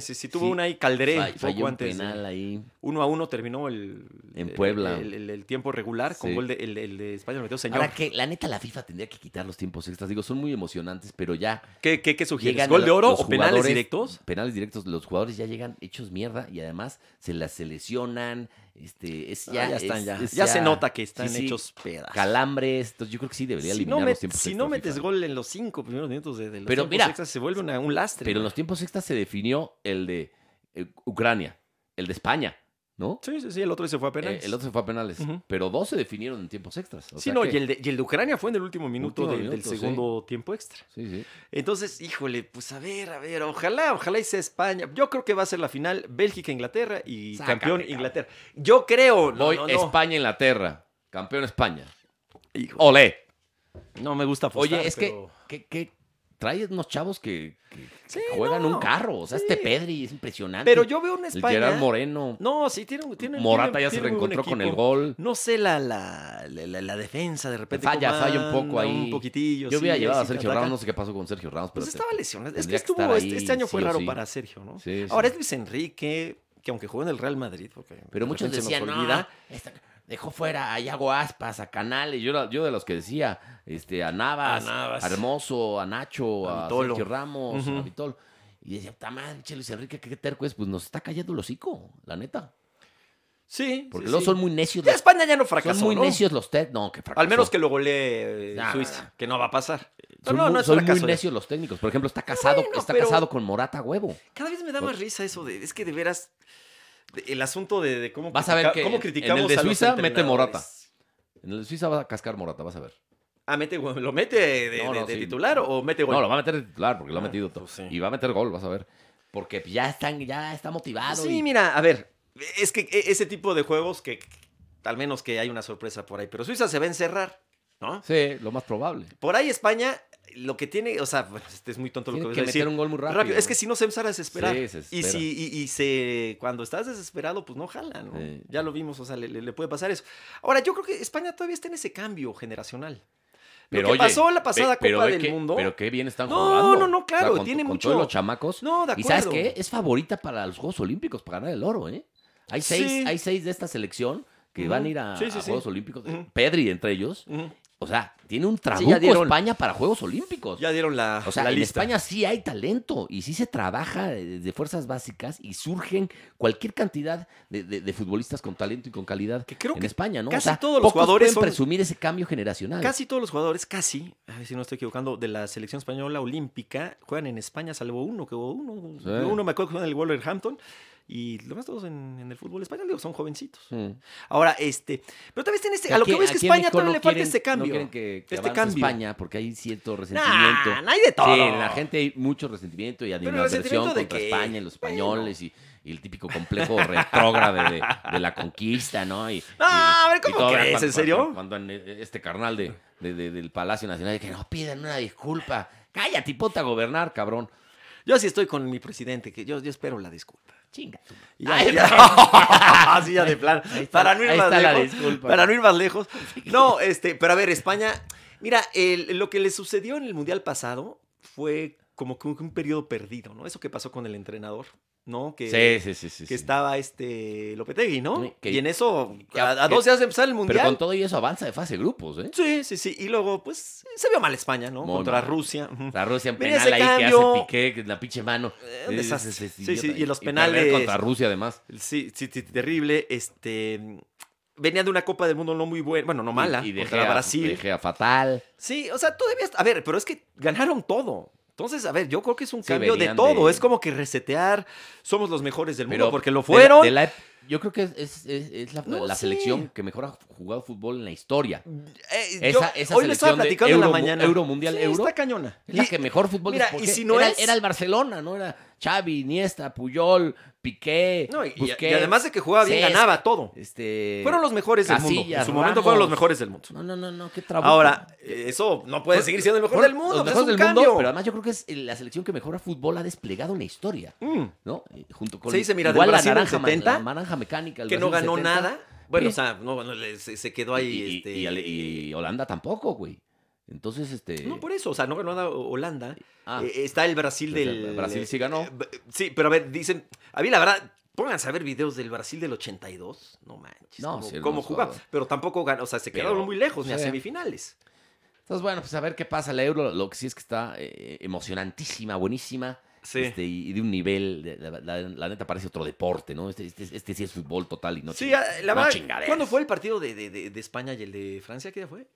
Speaker 1: Sí, sí, sí. Tuvo
Speaker 2: Sí.
Speaker 1: una ahí Calderé.
Speaker 2: Fall-
Speaker 1: poco
Speaker 2: falló un
Speaker 1: antes de-
Speaker 2: penal ahí.
Speaker 1: Uno a uno terminó el.
Speaker 2: En
Speaker 1: el-
Speaker 2: Puebla.
Speaker 1: El, el- el tiempo regular con
Speaker 2: Sí.
Speaker 1: gol de, el, el de España lo metió señor.
Speaker 2: Ahora que, la neta, la FIFA tendría que quitar los tiempos extras. Digo, son muy emocionantes, pero ya
Speaker 1: ¿Qué, qué, qué sugieres?
Speaker 2: llegan
Speaker 1: ¿Gol
Speaker 2: lo-
Speaker 1: de oro
Speaker 2: los
Speaker 1: o penales
Speaker 2: jugadores-
Speaker 1: directos?
Speaker 2: Penales directos, los jugadores ya llegan hechos mierda y además se las seleccionan. Este, es
Speaker 1: Ah,
Speaker 2: ya,
Speaker 1: ya están,
Speaker 2: es-
Speaker 1: ya.
Speaker 2: es
Speaker 1: Ya se nota que están
Speaker 2: sí, sí,
Speaker 1: hechos pedazos.
Speaker 2: Calambres, entonces yo creo que sí debería
Speaker 1: Si
Speaker 2: eliminar
Speaker 1: no, met-
Speaker 2: los tiempos
Speaker 1: si
Speaker 2: extras
Speaker 1: no
Speaker 2: FIFA.
Speaker 1: metes gol en los cinco primeros minutos de, de los
Speaker 2: Pero
Speaker 1: tiempos
Speaker 2: mira,
Speaker 1: extras, se vuelve una- un lastre.
Speaker 2: Pero en
Speaker 1: güey.
Speaker 2: los tiempos extras se definió el de eh, Ucrania, el de España, ¿no?
Speaker 1: Sí, sí, sí, el otro se fue a penales.
Speaker 2: Eh, el otro se fue a penales,
Speaker 1: Ujú.
Speaker 2: pero dos se definieron en tiempos extras. o
Speaker 1: sí,
Speaker 2: sea
Speaker 1: no,
Speaker 2: que-
Speaker 1: y el, de, y el de Ucrania fue en el último minuto,
Speaker 2: Último
Speaker 1: de- del
Speaker 2: minuto, sí.
Speaker 1: segundo tiempo extra.
Speaker 2: Sí, sí.
Speaker 1: Entonces, híjole, pues a ver, a ver, ojalá, ojalá y sea España. Yo creo que va a ser la final Bélgica-Inglaterra y
Speaker 2: Sácame,
Speaker 1: campeón
Speaker 2: cabrón.
Speaker 1: Inglaterra. Yo creo, no,
Speaker 2: Voy
Speaker 1: no, no.
Speaker 2: España-Inglaterra, campeón España.
Speaker 1: Híjole,
Speaker 2: ¡Olé!
Speaker 1: no me gusta apostar,
Speaker 2: Oye, es
Speaker 1: Pues pero-
Speaker 2: que, que, que trae unos chavos que, que- que
Speaker 1: Sí,
Speaker 2: juegan
Speaker 1: no,
Speaker 2: un carro. O sea,
Speaker 1: sí.
Speaker 2: este Pedri es impresionante.
Speaker 1: Pero yo veo una
Speaker 2: El
Speaker 1: España...
Speaker 2: Gerard Moreno.
Speaker 1: No, sí, tiene, un- tiene
Speaker 2: Morata
Speaker 1: tiene-
Speaker 2: ya se
Speaker 1: tiene muy buen
Speaker 2: reencontró con el
Speaker 1: equipo.
Speaker 2: gol.
Speaker 1: No sé, la, la, la, la- la defensa de repente.
Speaker 2: Falla, falla un
Speaker 1: comanda
Speaker 2: poco ahí.
Speaker 1: Un poquitillo.
Speaker 2: Yo
Speaker 1: sí,
Speaker 2: hubiera
Speaker 1: ahí
Speaker 2: llevado a
Speaker 1: sí te
Speaker 2: Sergio
Speaker 1: atacan.
Speaker 2: Ramos, no sé qué pasó con Sergio Ramos, pero
Speaker 1: Pues estaba lesionado. Es que
Speaker 2: tendría que
Speaker 1: estuvo.
Speaker 2: estar
Speaker 1: este-
Speaker 2: ahí,
Speaker 1: este año
Speaker 2: sí
Speaker 1: fue
Speaker 2: o
Speaker 1: raro
Speaker 2: sí.
Speaker 1: para Sergio, ¿no?
Speaker 2: Sí, sí.
Speaker 1: Ahora es Luis Enrique, que aunque jugó en el Real Madrid. Porque
Speaker 2: Pero
Speaker 1: de
Speaker 2: muchos
Speaker 1: repente se nos
Speaker 2: decían, "Ah". no,
Speaker 1: olvida".
Speaker 2: esta- dejó fuera a Iago Aspas, a Canales. Yo, era- yo de los que decía, este, a Navas,
Speaker 1: A Navas.
Speaker 2: a Hermoso, a Nacho,
Speaker 1: A
Speaker 2: a,
Speaker 1: Vitolo.
Speaker 2: Sergio Ramos,
Speaker 1: Ujú.
Speaker 2: a Vitol. Y decía, puta madre, che, Luis Enrique, qué terco es. Pues nos está cayendo el hocico, la neta.
Speaker 1: Sí.
Speaker 2: Porque
Speaker 1: sí,
Speaker 2: luego
Speaker 1: sí.
Speaker 2: son muy necios
Speaker 1: Ya
Speaker 2: los
Speaker 1: España ya no fracasó.
Speaker 2: Son muy
Speaker 1: ¿no?
Speaker 2: necios los TED. No, que fracasó.
Speaker 1: Al menos que lo golee eh,
Speaker 2: Nah,
Speaker 1: Suiza,
Speaker 2: nah.
Speaker 1: que no va a pasar. No,
Speaker 2: Son,
Speaker 1: no,
Speaker 2: muy,
Speaker 1: no es
Speaker 2: son muy
Speaker 1: fracaso. ya.
Speaker 2: necios los técnicos. Por ejemplo, está casado,
Speaker 1: Bueno,
Speaker 2: está
Speaker 1: pero-
Speaker 2: casado con Morata Huevo.
Speaker 1: Cada vez me da más risa eso de. Es que de veras. de- El asunto de, de cómo,
Speaker 2: Vas a ver
Speaker 1: critica-
Speaker 2: que
Speaker 1: cómo
Speaker 2: en- en el
Speaker 1: criticamos
Speaker 2: de
Speaker 1: a los
Speaker 2: Suiza mete
Speaker 1: entrenadores.
Speaker 2: Morata. En el de Suiza va a cascar Morata, vas a ver.
Speaker 1: Ah, mete, gol- ¿lo mete de,
Speaker 2: No,
Speaker 1: de-
Speaker 2: no,
Speaker 1: de
Speaker 2: sí.
Speaker 1: titular o mete gol?
Speaker 2: No, lo va a meter de titular porque lo ha
Speaker 1: Ah,
Speaker 2: metido todo.
Speaker 1: pues sí.
Speaker 2: Y va a meter gol, vas a ver. Porque ya están, ya está motivado.
Speaker 1: Sí,
Speaker 2: y-
Speaker 1: mira, a ver, es que e- ese tipo de juegos que al menos que hay una sorpresa por ahí, pero Suiza se va a encerrar, ¿no?
Speaker 2: Sí, lo más probable.
Speaker 1: Por ahí España lo que tiene, o sea, bueno, este es muy tonto lo
Speaker 2: Tiene
Speaker 1: que
Speaker 2: que,
Speaker 1: voy a
Speaker 2: meter
Speaker 1: decir.
Speaker 2: un gol muy rápido.
Speaker 1: Rápido, Es que si no se empieza a desesperar.
Speaker 2: Sí, se
Speaker 1: y
Speaker 2: espera.
Speaker 1: si y, y se cuando estás desesperado, pues no jala, ¿no?
Speaker 2: Sí.
Speaker 1: Ya lo vimos, o sea, le, le- le puede pasar eso. Ahora, yo creo que España todavía está en ese cambio generacional. lo que
Speaker 2: oye,
Speaker 1: pasó la
Speaker 2: ve-
Speaker 1: pasada
Speaker 2: pero
Speaker 1: Copa
Speaker 2: ve
Speaker 1: del
Speaker 2: que-
Speaker 1: Mundo.
Speaker 2: Pero qué bien están
Speaker 1: No,
Speaker 2: jugando.
Speaker 1: no, no, claro,
Speaker 2: con-
Speaker 1: tiene
Speaker 2: con
Speaker 1: mucho-
Speaker 2: todos los chamacos.
Speaker 1: No, de acuerdo.
Speaker 2: y sabes qué? Es favorita para los Juegos Olímpicos para ganar el oro, ¿eh? Hay seis,
Speaker 1: Sí.
Speaker 2: hay seis de esta selección que
Speaker 1: Ujú.
Speaker 2: van a ir a,
Speaker 1: Sí, sí,
Speaker 2: a
Speaker 1: sí.
Speaker 2: Juegos Olímpicos.
Speaker 1: Ujú.
Speaker 2: Pedri entre ellos.
Speaker 1: Ujú.
Speaker 2: O sea, tiene un trabuco
Speaker 1: dieron-
Speaker 2: España para Juegos Olímpicos.
Speaker 1: Ya dieron la,
Speaker 2: O sea,
Speaker 1: la
Speaker 2: en
Speaker 1: lista.
Speaker 2: España sí hay talento y sí se trabaja desde fuerzas básicas y surgen cualquier cantidad de, de- de futbolistas con talento y con calidad
Speaker 1: Que creo
Speaker 2: en
Speaker 1: que
Speaker 2: España, ¿no?
Speaker 1: casi
Speaker 2: o sea,
Speaker 1: todos los
Speaker 2: pocos
Speaker 1: jugadores
Speaker 2: pueden
Speaker 1: son-
Speaker 2: presumir ese cambio generacional.
Speaker 1: Casi todos los jugadores, casi, a ver si no estoy equivocando, de la selección española olímpica juegan en España, salvo uno, que hubo uno,
Speaker 2: Sí.
Speaker 1: uno me acuerdo que juega en el Wolverhampton, y los demás todos en, en el fútbol español, digo, son jovencitos.
Speaker 2: Mm.
Speaker 1: Ahora, este, pero tal vez tiene este, a lo
Speaker 2: Aquí-
Speaker 1: que voy es que
Speaker 2: aquí en
Speaker 1: España
Speaker 2: México
Speaker 1: todavía
Speaker 2: no
Speaker 1: le falta
Speaker 2: quieren-
Speaker 1: este cambio.
Speaker 2: No quieren que, que
Speaker 1: Este
Speaker 2: avance
Speaker 1: cambio.
Speaker 2: España porque hay cierto resentimiento.
Speaker 1: Nah, hay de todo.
Speaker 2: Sí, en la gente hay mucho resentimiento y animadversión
Speaker 1: resentimiento de
Speaker 2: contra
Speaker 1: que-
Speaker 2: España y los españoles y, y el típico complejo retrógrado de, de la conquista, ¿no? Y,
Speaker 1: No,
Speaker 2: y-
Speaker 1: a ver, ¿cómo
Speaker 2: todo,
Speaker 1: crees?
Speaker 2: cuando-
Speaker 1: ¿En serio?
Speaker 2: Cuando, cuando en este carnal de, de- de- del Palacio Nacional de que no pidan una disculpa. Cállate, ponte a gobernar, cabrón.
Speaker 1: Yo sí estoy con mi presidente, que yo, yo espero la disculpa.
Speaker 2: Chinga. tu-
Speaker 1: Y ya-
Speaker 2: Ay,
Speaker 1: ya-
Speaker 2: no.
Speaker 1: Así ya de plan.
Speaker 2: Ahí está-
Speaker 1: para no ir
Speaker 2: ahí
Speaker 1: más
Speaker 2: está la
Speaker 1: lejos.
Speaker 2: disculpa.
Speaker 1: Para no ir más lejos. No, este, pero a ver, España. Mira, el- lo que le sucedió en el Mundial pasado fue como que un, un periodo perdido, ¿no? Eso que pasó con el entrenador, ¿no? Que,
Speaker 2: Sí, sí, sí, sí.
Speaker 1: que
Speaker 2: sí.
Speaker 1: estaba este Lopetegui, ¿no?
Speaker 2: Sí, que-
Speaker 1: y en eso,
Speaker 2: que-
Speaker 1: a, a
Speaker 2: que-
Speaker 1: dos días de empezar el Mundial.
Speaker 2: Pero con todo y eso avanza de fase de grupos, ¿eh?
Speaker 1: Sí, sí, sí. Y luego, pues, se vio mal España, ¿no?
Speaker 2: Muy
Speaker 1: Contra
Speaker 2: mal.
Speaker 1: Rusia. ujú.
Speaker 2: La Rusia en
Speaker 1: Mira
Speaker 2: penal
Speaker 1: ese
Speaker 2: ahí
Speaker 1: cambio.
Speaker 2: que hace Piqué, que la pinche mano.
Speaker 1: Eh, un
Speaker 2: Es- es-
Speaker 1: desastre.
Speaker 2: es- es
Speaker 1: Sí,
Speaker 2: idiota.
Speaker 1: sí, y en los
Speaker 2: perder
Speaker 1: penales.
Speaker 2: Contra Rusia, además.
Speaker 1: Sí, sí, sí, terrible. Este. Venía de una Copa del Mundo no muy buena, bueno, no mala,
Speaker 2: Y, y de
Speaker 1: contra
Speaker 2: Gea-
Speaker 1: Brasil.
Speaker 2: de Gea fatal.
Speaker 1: Sí, o sea, todavía. está- A ver, pero es que ganaron todo. Entonces, a ver, yo creo que es un
Speaker 2: Sí,
Speaker 1: cambio de
Speaker 2: venían
Speaker 1: todo.
Speaker 2: de-
Speaker 1: Es como que resetear. Somos los mejores del mundo
Speaker 2: Pero
Speaker 1: porque lo
Speaker 2: de la-
Speaker 1: fueron.
Speaker 2: de la- yo creo que es, es- es- es la,
Speaker 1: No
Speaker 2: la
Speaker 1: sé.
Speaker 2: selección que mejor ha jugado fútbol en la historia.
Speaker 1: Eh, yo-
Speaker 2: Esa- esa
Speaker 1: hoy le estaba
Speaker 2: selección de
Speaker 1: platicando en la
Speaker 2: Euro-
Speaker 1: mañana.
Speaker 2: Euro Mundial,
Speaker 1: Sí,
Speaker 2: Euro.
Speaker 1: Está cañona.
Speaker 2: Es la
Speaker 1: Y-
Speaker 2: que mejor fútbol
Speaker 1: mira,
Speaker 2: porque
Speaker 1: y si no
Speaker 2: era,
Speaker 1: es-
Speaker 2: era el Barcelona, ¿no? Era Xavi, Iniesta, Puyol, Piqué,
Speaker 1: no, y, y-
Speaker 2: Busquets,
Speaker 1: y además de que jugaba bien,
Speaker 2: Cesc,
Speaker 1: ganaba todo.
Speaker 2: Este...
Speaker 1: Fueron los mejores del mundo. En
Speaker 2: Casillas,
Speaker 1: su momento fueron los
Speaker 2: Ramos.
Speaker 1: mejores del mundo.
Speaker 2: No, no, no, no, qué trabajo.
Speaker 1: Ahora, eh, eso no puede seguir siendo el mejor del mundo. pues, Es un cambio.
Speaker 2: pero además yo creo que es eh, la selección que mejor fútbol ha desplegado en la historia.
Speaker 1: Mm.
Speaker 2: ¿no? Eh, Junto con
Speaker 1: Se dice, mira, del
Speaker 2: igual la
Speaker 1: Brasil en
Speaker 2: naranja, ma-
Speaker 1: 70,
Speaker 2: la naranja mecánica. el
Speaker 1: que no
Speaker 2: Brasil
Speaker 1: ganó
Speaker 2: 70,
Speaker 1: nada. Bueno,
Speaker 2: Sí.
Speaker 1: o sea, no, no, le- se, se quedó
Speaker 2: Y,
Speaker 1: ahí.
Speaker 2: y-
Speaker 1: este,
Speaker 2: y- y- y Holanda tampoco, güey. Entonces, este.
Speaker 1: No, por eso, o sea, no ganó nada Holanda.
Speaker 2: ah,
Speaker 1: Eh, está el Brasil
Speaker 2: o sea,
Speaker 1: del.
Speaker 2: Brasil sí ganó.
Speaker 1: Eh, b- Sí, pero a ver, dicen. A mí, la verdad, pónganse a ver videos del Brasil del 82. No manches.
Speaker 2: No,
Speaker 1: No,
Speaker 2: sí,
Speaker 1: cómo
Speaker 2: no,
Speaker 1: jugaba.
Speaker 2: claro.
Speaker 1: Pero tampoco ganó, o sea, se
Speaker 2: Pero,
Speaker 1: quedaron muy lejos, ni a
Speaker 2: sí.
Speaker 1: semifinales.
Speaker 2: Entonces, bueno, pues a ver qué pasa el euro. Lo que sí es que está eh, emocionantísima, buenísima.
Speaker 1: Sí.
Speaker 2: este, y y de un nivel, de- de- la, la neta parece otro deporte, ¿no? Este, este, este sí es fútbol total y no
Speaker 1: sí,
Speaker 2: chinga-
Speaker 1: ah, la
Speaker 2: no
Speaker 1: verdad.
Speaker 2: chingaderas.
Speaker 1: ¿Cuándo fue el partido de, de- de- de España y el de Francia? ¿Qué día fue?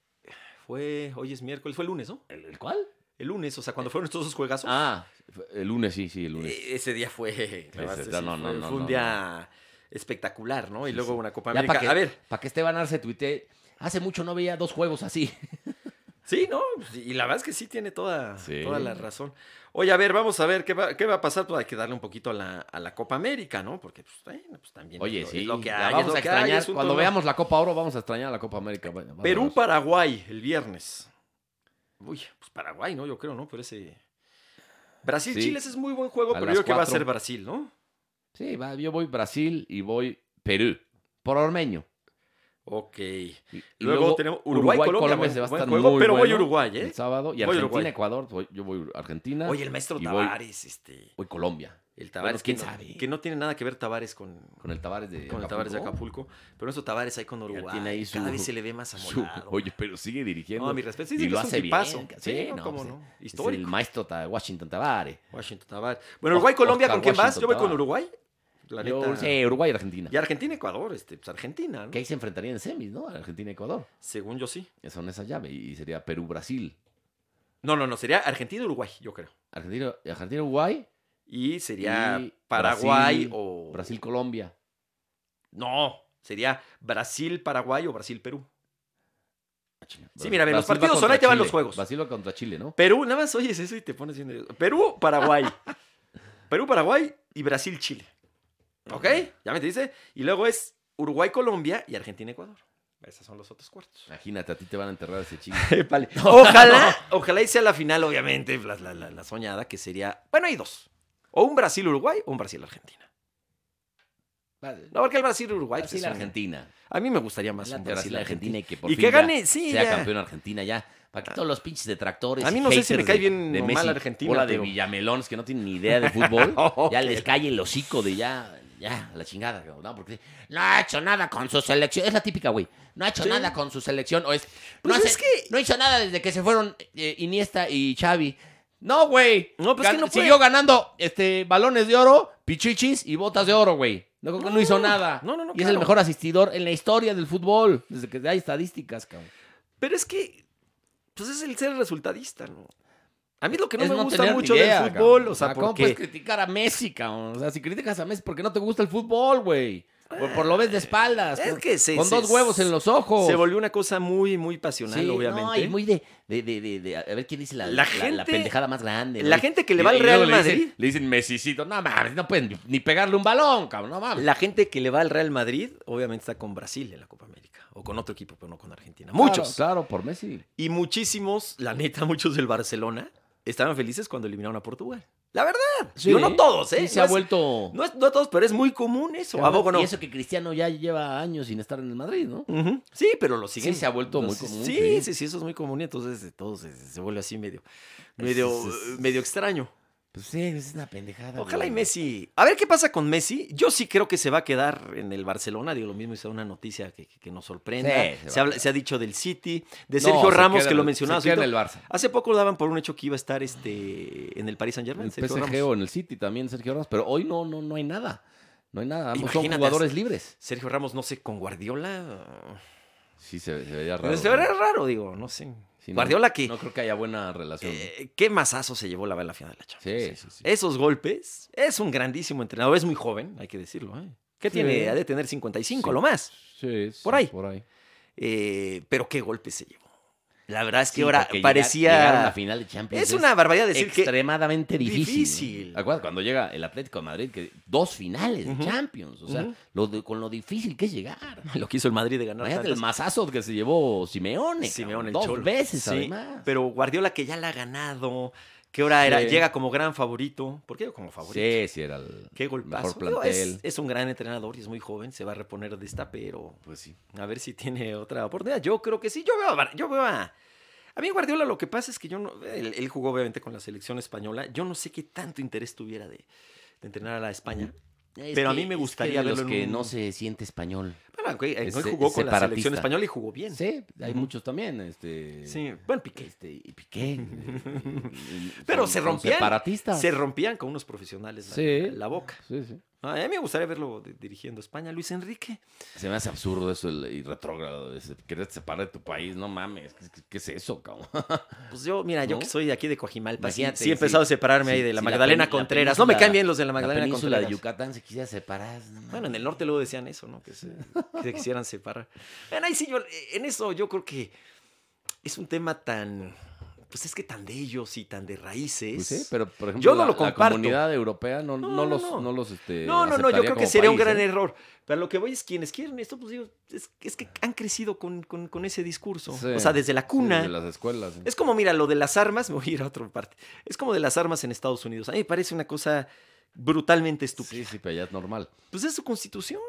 Speaker 1: Fue. Hoy es miércoles, fue el lunes, ¿no?
Speaker 2: ¿El, el cuál?
Speaker 1: El lunes, o sea, cuando fueron todos esos juegazos.
Speaker 2: Ah, fue- el lunes, sí, sí, el lunes.
Speaker 1: Eh, Ese día fue, la verdad,
Speaker 2: está-
Speaker 1: sí,
Speaker 2: no, no,
Speaker 1: fue-
Speaker 2: no,
Speaker 1: fue un
Speaker 2: no,
Speaker 1: día espectacular, ¿no? Y
Speaker 2: Sí,
Speaker 1: luego
Speaker 2: sí.
Speaker 1: una Copa
Speaker 2: Ya
Speaker 1: América.
Speaker 2: para que,
Speaker 1: A ver,
Speaker 2: Para que Esteban Arce tuitee. Hace mucho no veía dos juegos así.
Speaker 1: sí, ¿no? pues, Y la verdad es que sí tiene toda,
Speaker 2: Sí.
Speaker 1: toda la razón. Oye, a ver, vamos a ver qué va, qué va a pasar. Pues hay que darle un poquito a la, a la Copa América, ¿no? Porque pues, bueno, pues, también
Speaker 2: Oye,
Speaker 1: es lo,
Speaker 2: sí,
Speaker 1: es lo que
Speaker 2: la
Speaker 1: hay, es
Speaker 2: vamos
Speaker 1: lo
Speaker 2: a
Speaker 1: que hay,
Speaker 2: extrañar.
Speaker 1: es un
Speaker 2: Cuando
Speaker 1: torneo.
Speaker 2: veamos la Copa Oro, vamos a extrañar a la Copa América. Bueno, vamos a ver.
Speaker 1: Perú-Paraguay el viernes. Uy, pues Paraguay, ¿no? Yo creo, ¿no? Pero ese... Brasil-Chile ese es muy buen juego,
Speaker 2: A
Speaker 1: pero yo
Speaker 2: las
Speaker 1: creo que va a
Speaker 2: cuatro.
Speaker 1: ser Brasil, ¿no?
Speaker 2: Sí, va, yo voy Brasil y voy Perú. Por Ormeño.
Speaker 1: Ok.
Speaker 2: Y, y
Speaker 1: Luego, tenemos Uruguay-Colombia,
Speaker 2: Colombia se va a
Speaker 1: buen
Speaker 2: estar
Speaker 1: juego,
Speaker 2: muy
Speaker 1: pero voy
Speaker 2: bueno
Speaker 1: Uruguay, ¿eh?
Speaker 2: El sábado. Y
Speaker 1: Voy Uruguay.
Speaker 2: Argentina-Ecuador. Yo voy Argentina.
Speaker 1: Oye, el maestro
Speaker 2: y voy-
Speaker 1: Tavares, este.
Speaker 2: Voy Colombia.
Speaker 1: El Tavares,
Speaker 2: Bueno, quién
Speaker 1: que, no,
Speaker 2: sabe.
Speaker 1: que no tiene nada que ver Tavares con,
Speaker 2: Con el Tavares de
Speaker 1: con el Tavares de Acapulco. Pero nuestro Tavares ahí con Uruguay.
Speaker 2: tiene ahí su-
Speaker 1: Cada vez se le ve más
Speaker 2: Su-
Speaker 1: amolado.
Speaker 2: Oye, pero sigue dirigiendo.
Speaker 1: no, a Ah, mi respeto. Sí,
Speaker 2: y lo
Speaker 1: es un
Speaker 2: hace
Speaker 1: tipazo.
Speaker 2: bien.
Speaker 1: Sí,
Speaker 2: Sí,
Speaker 1: no,
Speaker 2: no,
Speaker 1: cómo
Speaker 2: pues,
Speaker 1: no.
Speaker 2: es
Speaker 1: Histórico.
Speaker 2: el maestro Ta- Washington Tavares.
Speaker 1: Washington Tavares. Bueno, Uruguay, Colombia, ¿con
Speaker 2: Oscar
Speaker 1: quién vas? Yo voy
Speaker 2: Washington
Speaker 1: con
Speaker 2: Tavares.
Speaker 1: Uruguay. La
Speaker 2: Yo-
Speaker 1: neta.
Speaker 2: sí, Uruguay y Argentina.
Speaker 1: Y Argentina, Ecuador, este, pues Argentina, ¿no?
Speaker 2: Que ahí se enfrentarían en semis, ¿no? Argentina y Ecuador.
Speaker 1: Según yo sí.
Speaker 2: Son esas llaves. Y sería Perú-Brasil.
Speaker 1: No, no, no, sería Argentina, Uruguay, yo creo.
Speaker 2: Argentina- Argentina-Uruguay.
Speaker 1: Y sería
Speaker 2: Y
Speaker 1: Paraguay
Speaker 2: Brasil-
Speaker 1: o.
Speaker 2: Brasil-Colombia.
Speaker 1: No, sería Brasil, Paraguay o Brasil, Perú.
Speaker 2: Ah, chinga.
Speaker 1: Sí, mira, a ver, los
Speaker 2: Brasil va
Speaker 1: partidos son,
Speaker 2: contra
Speaker 1: ahí te van
Speaker 2: Chile.
Speaker 1: los juegos.
Speaker 2: Brasil va contra Chile, ¿no?
Speaker 1: Perú, nada más oyes eso y te pones bien. nervioso. Perú, Paraguay. Perú, Paraguay y Brasil, Chile. ¿Ok? Ya me te dice. Y luego es Uruguay, Colombia y Argentina, Ecuador. Esos son los otros cuartos.
Speaker 2: Imagínate, a ti te van a enterrar ese chingo.
Speaker 1: Vale. Ojalá, ojalá y sea la final, obviamente, la, la- la- la soñada, que sería. Bueno, hay dos. O un Brasil-Uruguay o un Brasil-Argentina. No, porque el Brasil-Uruguay. pues,
Speaker 2: Brasil,
Speaker 1: es un-
Speaker 2: Argentina.
Speaker 1: A mí me gustaría más
Speaker 2: La
Speaker 1: un
Speaker 2: Brasil, Argentina y que por
Speaker 1: Y
Speaker 2: fin
Speaker 1: que
Speaker 2: ya
Speaker 1: gane, sí,
Speaker 2: sea
Speaker 1: ya.
Speaker 2: campeón Argentina ya. Para que todos los pinches detractores.
Speaker 1: A mí
Speaker 2: y
Speaker 1: no sé si
Speaker 2: haters
Speaker 1: me cae
Speaker 2: de-
Speaker 1: bien
Speaker 2: de
Speaker 1: o mal
Speaker 2: Messi,
Speaker 1: Argentina,
Speaker 2: bola de
Speaker 1: pero-
Speaker 2: Villamelones que no tienen ni idea de fútbol. Ya
Speaker 1: Ok.
Speaker 2: les cae el hocico de ya, ya, a la chingada, cabrón, ¿no? Porque no ha hecho nada con su selección. Es la típica, güey. No ha hecho
Speaker 1: Sí.
Speaker 2: nada con su selección. O es, no,
Speaker 1: Pues
Speaker 2: hace-
Speaker 1: es que-
Speaker 2: no hizo nada desde que se fueron eh, Iniesta y Xavi. No, güey.
Speaker 1: No, pues
Speaker 2: Gan-
Speaker 1: que no puede.
Speaker 2: Siguió ganando este, balones de oro, pichichis y botas de oro, güey. No, no, hizo nada.
Speaker 1: no, no, no,
Speaker 2: Y es el
Speaker 1: claro.
Speaker 2: mejor asistidor en la historia del fútbol. Desde que hay estadísticas, cabrón.
Speaker 1: Pero es que, pues es el ser resultadista, ¿no? A mí es lo que no
Speaker 2: Es
Speaker 1: me gusta
Speaker 2: tener ni
Speaker 1: mucho
Speaker 2: idea,
Speaker 1: del fútbol,
Speaker 2: cabrón.
Speaker 1: o sea,
Speaker 2: ¿cómo
Speaker 1: porque...
Speaker 2: puedes criticar a Messi, cabrón? O sea, si criticas a Messi, porque no te gusta el fútbol, güey? Por, por lo ves de espaldas.
Speaker 1: Es
Speaker 2: con,
Speaker 1: que se-
Speaker 2: con
Speaker 1: se-
Speaker 2: dos huevos en los ojos.
Speaker 1: Se volvió una cosa muy, muy pasional,
Speaker 2: Sí,
Speaker 1: obviamente.
Speaker 2: No, y muy de, de, de, de- de- A ver quién dice la,
Speaker 1: La
Speaker 2: la, la
Speaker 1: gente-
Speaker 2: pendejada más grande.
Speaker 1: la
Speaker 2: Y-
Speaker 1: gente que le
Speaker 2: y-
Speaker 1: va al
Speaker 2: y luego
Speaker 1: Real
Speaker 2: le dicen-
Speaker 1: Madrid.
Speaker 2: le dicen Messicito. No mames, no pueden ni- ni pegarle un balón, cabrón. No mames.
Speaker 1: La gente que le va al Real Madrid, obviamente está con Brasil en la Copa América, o con otro equipo, pero no con Argentina. Muchos.
Speaker 2: Claro, claro, por Messi.
Speaker 1: Y muchísimos, la neta, muchos del Barcelona estaban felices cuando eliminaron a Portugal. La verdad.
Speaker 2: Sí.
Speaker 1: Digo, no todos, ¿eh?
Speaker 2: Sí, se
Speaker 1: no,
Speaker 2: ha
Speaker 1: es-
Speaker 2: vuelto.
Speaker 1: no es- no todos, pero es muy común eso. ¿A poco no?
Speaker 2: Y eso que Cristiano ya lleva años sin estar en el Madrid, ¿no?
Speaker 1: Ujú. Sí, pero lo siguen.
Speaker 2: se ha vuelto muy
Speaker 1: Entonces,
Speaker 2: común,
Speaker 1: Sí, sí,
Speaker 2: sí.
Speaker 1: sí, eso es muy común. Y entonces de todos se, se vuelve así medio, medio,
Speaker 2: es- es-
Speaker 1: medio extraño.
Speaker 2: Pues sí, es una pendejada.
Speaker 1: Ojalá y
Speaker 2: güey.
Speaker 1: Messi. A ver qué pasa con Messi. Yo sí creo que se va a quedar en el Barcelona. Digo, lo mismo hizo una noticia que, que nos sorprende.
Speaker 2: Sí, se va
Speaker 1: se,
Speaker 2: a
Speaker 1: habla-
Speaker 2: quedar.
Speaker 1: se ha dicho del City, de
Speaker 2: No,
Speaker 1: Sergio
Speaker 2: se
Speaker 1: Ramos,
Speaker 2: queda
Speaker 1: que
Speaker 2: en
Speaker 1: lo
Speaker 2: el-
Speaker 1: mencionabas.
Speaker 2: Se queda en
Speaker 1: ahorita.
Speaker 2: el Barça.
Speaker 1: Hace poco daban por un hecho que iba a estar este, en el Paris Saint
Speaker 2: En
Speaker 1: Germain.
Speaker 2: el
Speaker 1: Sergio
Speaker 2: PSG
Speaker 1: Ramos.
Speaker 2: o en el City también Sergio Ramos. Pero hoy no, no, no hay nada. No hay nada. Ambos son
Speaker 1: Imagínate,
Speaker 2: jugadores libres.
Speaker 1: Sergio Ramos, no sé, con Guardiola.
Speaker 2: Sí, se, se veía
Speaker 1: Pero Pues se ve raro, digo, no sé.
Speaker 2: Sí, no,
Speaker 1: Guardiola que.
Speaker 2: No creo que haya buena relación.
Speaker 1: eh, qué masazo se llevó la bala final de la Champions.
Speaker 2: sí,
Speaker 1: eh?
Speaker 2: sí, sí.
Speaker 1: Esos golpes. Es un grandísimo entrenador. Es muy joven, hay que decirlo. ¿eh? ¿Qué
Speaker 2: Sí.
Speaker 1: tiene? Ha de tener 55,
Speaker 2: Sí.
Speaker 1: lo más.
Speaker 2: Sí, sí,
Speaker 1: por ahí.
Speaker 2: Por ahí.
Speaker 1: Eh, pero qué golpe se llevó. La verdad es que
Speaker 2: Sí,
Speaker 1: ahora
Speaker 2: porque llegar- llegar a
Speaker 1: parecía.
Speaker 2: la final de Champions.
Speaker 1: es una barbaridad decir que.
Speaker 2: extremadamente difícil.
Speaker 1: difícil.
Speaker 2: ¿no? Acuérdate, cuando llega el Atlético de Madrid, que dos finales
Speaker 1: Ujú.
Speaker 2: de Champions. O sea,
Speaker 1: Ujú.
Speaker 2: lo de- con lo difícil que es llegar.
Speaker 1: Lo que hizo el Madrid de ganar.
Speaker 2: Imagínate el
Speaker 1: tantas-
Speaker 2: mazazo que se llevó Simeone.
Speaker 1: Simeone,
Speaker 2: cabrón,
Speaker 1: el
Speaker 2: dos
Speaker 1: Cholo.
Speaker 2: veces,
Speaker 1: Sí,
Speaker 2: además.
Speaker 1: Pero Guardiola que ya la ha ganado. Que ahora era,
Speaker 2: Sí.
Speaker 1: llega como gran favorito. ¿Por qué como favorito?
Speaker 2: Sí, sí, era el
Speaker 1: Qué golpazo.
Speaker 2: mejor
Speaker 1: Digo, es-
Speaker 2: plantel.
Speaker 1: es, un gran entrenador y es muy joven. Se va a reponer de esta, pero
Speaker 2: Pues sí.
Speaker 1: a ver si tiene otra oportunidad. Yo creo que sí. Yo veo, a Bar- yo veo a. A mí Guardiola lo que pasa es que yo no. Él, él jugó obviamente con la selección española. Yo no sé qué tanto interés tuviera de, de entrenar a la España.
Speaker 2: Es
Speaker 1: Pero a
Speaker 2: que-
Speaker 1: mí me
Speaker 2: es que
Speaker 1: gustaría
Speaker 2: de
Speaker 1: verlo
Speaker 2: los
Speaker 1: en
Speaker 2: que
Speaker 1: un-
Speaker 2: no se siente español.
Speaker 1: Bueno, aunque- aunque
Speaker 2: Es
Speaker 1: hoy
Speaker 2: se-
Speaker 1: jugó con la
Speaker 2: separatista.
Speaker 1: selección española y jugó bien.
Speaker 2: Sí, hay
Speaker 1: Ujú.
Speaker 2: muchos también. Este,
Speaker 1: Sí, buen piqué.
Speaker 2: Este, y Piqué.
Speaker 1: Pero se rompían.
Speaker 2: Separatistas.
Speaker 1: Se rompían con unos profesionales la,
Speaker 2: Sí.
Speaker 1: la boca.
Speaker 2: Sí, sí.
Speaker 1: A mí me gustaría verlo de- dirigiendo a España. Luis Enrique.
Speaker 2: Se me hace absurdo eso el- y retrógrado. ese, Querer separar de tu país. No mames. ¿Qué, qué- qué es eso, cabrón?
Speaker 1: Pues yo, mira, yo
Speaker 2: ¿No?
Speaker 1: que soy de aquí de Coajimalpa, sí,
Speaker 2: Imagínate,
Speaker 1: sí he empezado a
Speaker 2: sí.
Speaker 1: separarme
Speaker 2: Sí,
Speaker 1: ahí de la
Speaker 2: sí, la
Speaker 1: Magdalena
Speaker 2: pen- la
Speaker 1: Contreras. no me
Speaker 2: península-
Speaker 1: caen bien los de la
Speaker 2: la
Speaker 1: Magdalena
Speaker 2: península
Speaker 1: Contreras.
Speaker 2: de Yucatán se quisiera separar. no mames.
Speaker 1: Bueno, en el norte luego decían eso, ¿no? Que se, que se quisieran separar. Bueno, ahí sí, yo, en eso yo creo que es un tema tan, pues es que tan de ellos y tan de raíces.
Speaker 2: Pues sí, pero por ejemplo,
Speaker 1: Yo no
Speaker 2: la,
Speaker 1: lo
Speaker 2: la
Speaker 1: comparto.
Speaker 2: comunidad europea no,
Speaker 1: No,
Speaker 2: no,
Speaker 1: no,
Speaker 2: los,
Speaker 1: no.
Speaker 2: no. los este,
Speaker 1: No, no, no, yo
Speaker 2: aceptaría
Speaker 1: creo que
Speaker 2: como
Speaker 1: sería un
Speaker 2: país,
Speaker 1: gran
Speaker 2: ¿eh?
Speaker 1: error. Pero lo que voy es quienes quieren esto, pues digo, es, es que han crecido con, con- con ese discurso.
Speaker 2: Sí,
Speaker 1: o sea, desde la
Speaker 2: sí,
Speaker 1: cuna.
Speaker 2: de las escuelas. ¿eh?
Speaker 1: Es como, mira, lo de las armas, me voy a ir a otra parte. Es como de las armas en Estados Unidos. A mí me parece una cosa brutalmente estúpida.
Speaker 2: Sí, sí, pero allá es normal.
Speaker 1: Pues es su constitución,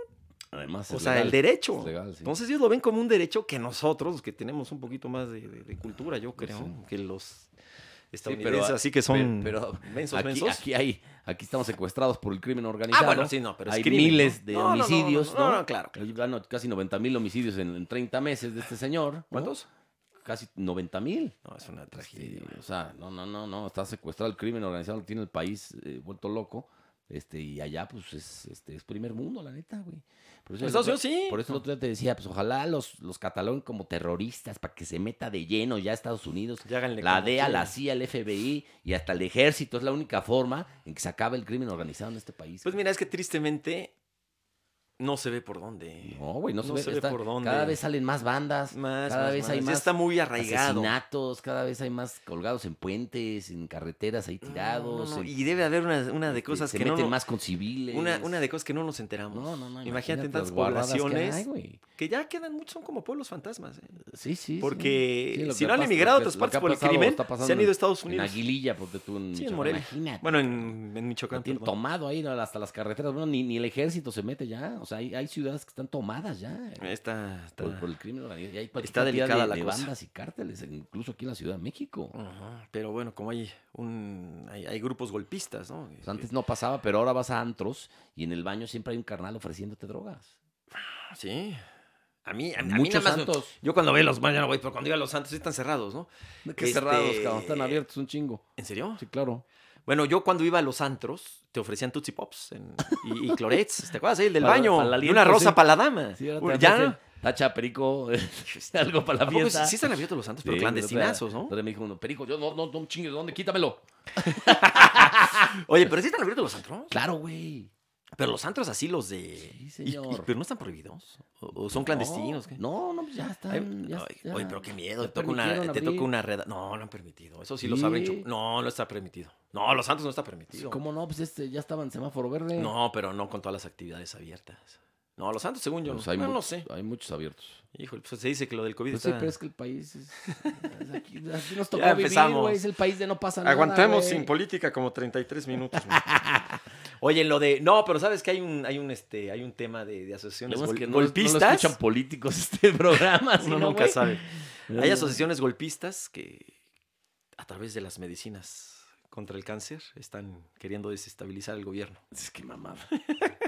Speaker 2: Además,
Speaker 1: o
Speaker 2: es
Speaker 1: sea,
Speaker 2: legal.
Speaker 1: el derecho.
Speaker 2: Es legal, sí.
Speaker 1: Entonces ellos lo ven como un derecho que nosotros, los que tenemos un poquito más de, de- de cultura, yo creo,
Speaker 2: Pues sí.
Speaker 1: que los
Speaker 2: Sí,
Speaker 1: estadounidenses, así que son
Speaker 2: pero-
Speaker 1: mensos,
Speaker 2: aquí,
Speaker 1: mensos.
Speaker 2: Aquí, hay, aquí estamos secuestrados por el crimen organizado.
Speaker 1: ah, bueno, sí, no, pero es
Speaker 2: hay
Speaker 1: crimen, ¿no?
Speaker 2: miles de
Speaker 1: No, no, no, no,
Speaker 2: homicidios, ¿no?
Speaker 1: no, no, claro, claro.
Speaker 2: Hay, bueno, casi 90 mil homicidios en, en 30 meses de este señor. ¿no?
Speaker 1: ¿Cuántos? Pues eh.
Speaker 2: Casi 90 mil. Este,
Speaker 1: No, es una tragedia.
Speaker 2: o sea, no, no, no, no. Está secuestrado el crimen organizado, lo tiene el país eh, vuelto loco. Este, y allá, pues, es, este, es primer mundo, la neta, güey. Por eso el
Speaker 1: Estados
Speaker 2: otro-
Speaker 1: Unidos Pues sí.
Speaker 2: Por eso el otro día te decía, pues, ojalá los, los cataloguen como terroristas para que se meta de lleno ya a Estados Unidos.
Speaker 1: Ya háganle
Speaker 2: La
Speaker 1: como
Speaker 2: DEA,
Speaker 1: quieran.
Speaker 2: la CIA, el FBI y hasta el ejército es la única forma en que se acaba el crimen organizado en este país.
Speaker 1: Pues mira, es que tristemente No se ve por dónde.
Speaker 2: No, güey, no,
Speaker 1: No
Speaker 2: se, ve, está-
Speaker 1: por dónde.
Speaker 2: Cada vez salen más bandas,
Speaker 1: Más,
Speaker 2: cada
Speaker 1: más,
Speaker 2: vez hay
Speaker 1: más.
Speaker 2: más
Speaker 1: Ya está muy arraigado.
Speaker 2: asesinatos, cada vez hay más colgados en puentes, en carreteras ahí
Speaker 1: No,
Speaker 2: tirados.
Speaker 1: no, no,
Speaker 2: en-
Speaker 1: Y debe haber una, una de
Speaker 2: este,
Speaker 1: cosas
Speaker 2: se
Speaker 1: que no.
Speaker 2: meten
Speaker 1: no-
Speaker 2: más con civiles.
Speaker 1: Una, una de cosas que no nos enteramos.
Speaker 2: No, no, no.
Speaker 1: Imagínate, en
Speaker 2: las
Speaker 1: tantas
Speaker 2: guarradas que
Speaker 1: poblaciones
Speaker 2: hay, güey.
Speaker 1: que ya quedan muchos, son como pueblos fantasmas. ¿eh?
Speaker 2: Sí, sí. sí.
Speaker 1: Porque
Speaker 2: Sí, lo
Speaker 1: si
Speaker 2: que
Speaker 1: no han
Speaker 2: pasa-
Speaker 1: emigrado a
Speaker 2: lo que-
Speaker 1: otras
Speaker 2: lo
Speaker 1: partes
Speaker 2: que ha
Speaker 1: por el
Speaker 2: pasado,
Speaker 1: crimen,
Speaker 2: está pasando
Speaker 1: se han ido a Estados
Speaker 2: En
Speaker 1: Unidos.
Speaker 2: Aguililla, porque tú en
Speaker 1: Sí, en
Speaker 2: Michoacán,
Speaker 1: Morelia.
Speaker 2: Imagínate.
Speaker 1: Bueno, en, en Michoacán.
Speaker 2: la tienen
Speaker 1: perdón.
Speaker 2: tomado ahí ¿no? hasta las carreteras. Bueno, ni, ni el ejército se mete ya. O sea, hay, hay ciudades que están tomadas ya.
Speaker 1: Está. está-
Speaker 2: ¿eh? Por, por el crimen organizado. Y hay cualquier
Speaker 1: Eh, ah. Está
Speaker 2: cantidad
Speaker 1: delicada
Speaker 2: de,
Speaker 1: la
Speaker 2: de
Speaker 1: cosa.
Speaker 2: bandas y cárteles, incluso aquí en la Ciudad de México.
Speaker 1: Ajá, Pero bueno, como hay un hay, hay grupos golpistas, ¿no?
Speaker 2: Pues antes no pasaba, pero ahora vas a antros y en el baño siempre hay un carnal ofreciéndote drogas.
Speaker 1: Sí. A mí, a, a mí nada
Speaker 2: Muchos
Speaker 1: más.
Speaker 2: santos.
Speaker 1: Yo cuando veo los baños no voy, pero cuando digo a los santos sí están cerrados, ¿no?
Speaker 2: Que
Speaker 1: Este-
Speaker 2: cerrados, cabrón. Están abiertos un chingo.
Speaker 1: ¿En serio?
Speaker 2: Sí, claro.
Speaker 1: Bueno, yo cuando iba a los antros, te ofrecían Tootsie Pops en- y, y clorets, ¿te acuerdas? eh? El del
Speaker 2: Para-
Speaker 1: baño.
Speaker 2: para el
Speaker 1: y una
Speaker 2: aliento,
Speaker 1: rosa
Speaker 2: sí.
Speaker 1: para la dama.
Speaker 2: Sí, ahora
Speaker 1: Uy,
Speaker 2: te
Speaker 1: ya.
Speaker 2: ofrecen Tacha, perico, algo para
Speaker 1: ¿A
Speaker 2: la
Speaker 1: poco
Speaker 2: fiesta.
Speaker 1: sí, sí están abiertos los santos, pero
Speaker 2: Sí,
Speaker 1: clandestinazos, ¿no?
Speaker 2: Entonces me dijo uno, perico, yo no, no, no me chingues, ¿dónde? Quítamelo.
Speaker 1: Oye, pero sí están abiertos los antros.
Speaker 2: Claro, güey.
Speaker 1: Pero los antros así, los de. y- y-
Speaker 2: señor.
Speaker 1: pero no están prohibidos. ¿O, o son clandestinos? ¿qué?
Speaker 2: No, no, pues ya está.
Speaker 1: Ay,
Speaker 2: ya,
Speaker 1: ay,
Speaker 2: ya.
Speaker 1: Oye, pero qué miedo.
Speaker 2: ya
Speaker 1: Te toca, una,
Speaker 2: permitieron
Speaker 1: te toca
Speaker 2: abrir.
Speaker 1: una reda. No, no han permitido. Eso sí,
Speaker 2: Sí.
Speaker 1: los abren. chu- No, no está permitido. No, los santos no está
Speaker 2: Sí,
Speaker 1: permitido.
Speaker 2: ¿Cómo no? Pues este, ya estaba en semáforo verde.
Speaker 1: No, pero no con todas las actividades abiertas. No, los santos, según yo,
Speaker 2: Pues
Speaker 1: no.
Speaker 2: hay
Speaker 1: Bueno, no
Speaker 2: muchos-
Speaker 1: sé.
Speaker 2: Hay muchos abiertos.
Speaker 1: Híjole, pues se dice que lo del COVID
Speaker 2: Pues sí,
Speaker 1: está...
Speaker 2: pero es que el país es... es aquí, aquí nos tocó
Speaker 1: Ya
Speaker 2: vivir,
Speaker 1: empezamos.
Speaker 2: güey. Es el país de no pasa nada,
Speaker 1: Aguantamos
Speaker 2: güey.
Speaker 1: sin política como 33 minutos. ¿no? Oye, lo de. No, pero sabes que hay un, hay un, este, hay un tema de, de asociaciones
Speaker 2: Luego
Speaker 1: gol-
Speaker 2: es que no, no lo
Speaker 1: golpistas.
Speaker 2: escuchan políticos este programa.
Speaker 1: Uno
Speaker 2: sino,
Speaker 1: nunca
Speaker 2: güey.
Speaker 1: sabe.
Speaker 2: Pero
Speaker 1: Hay
Speaker 2: no.
Speaker 1: asociaciones golpistas que a través de las medicinas contra el cáncer están queriendo desestabilizar el gobierno.
Speaker 2: Es que mamada.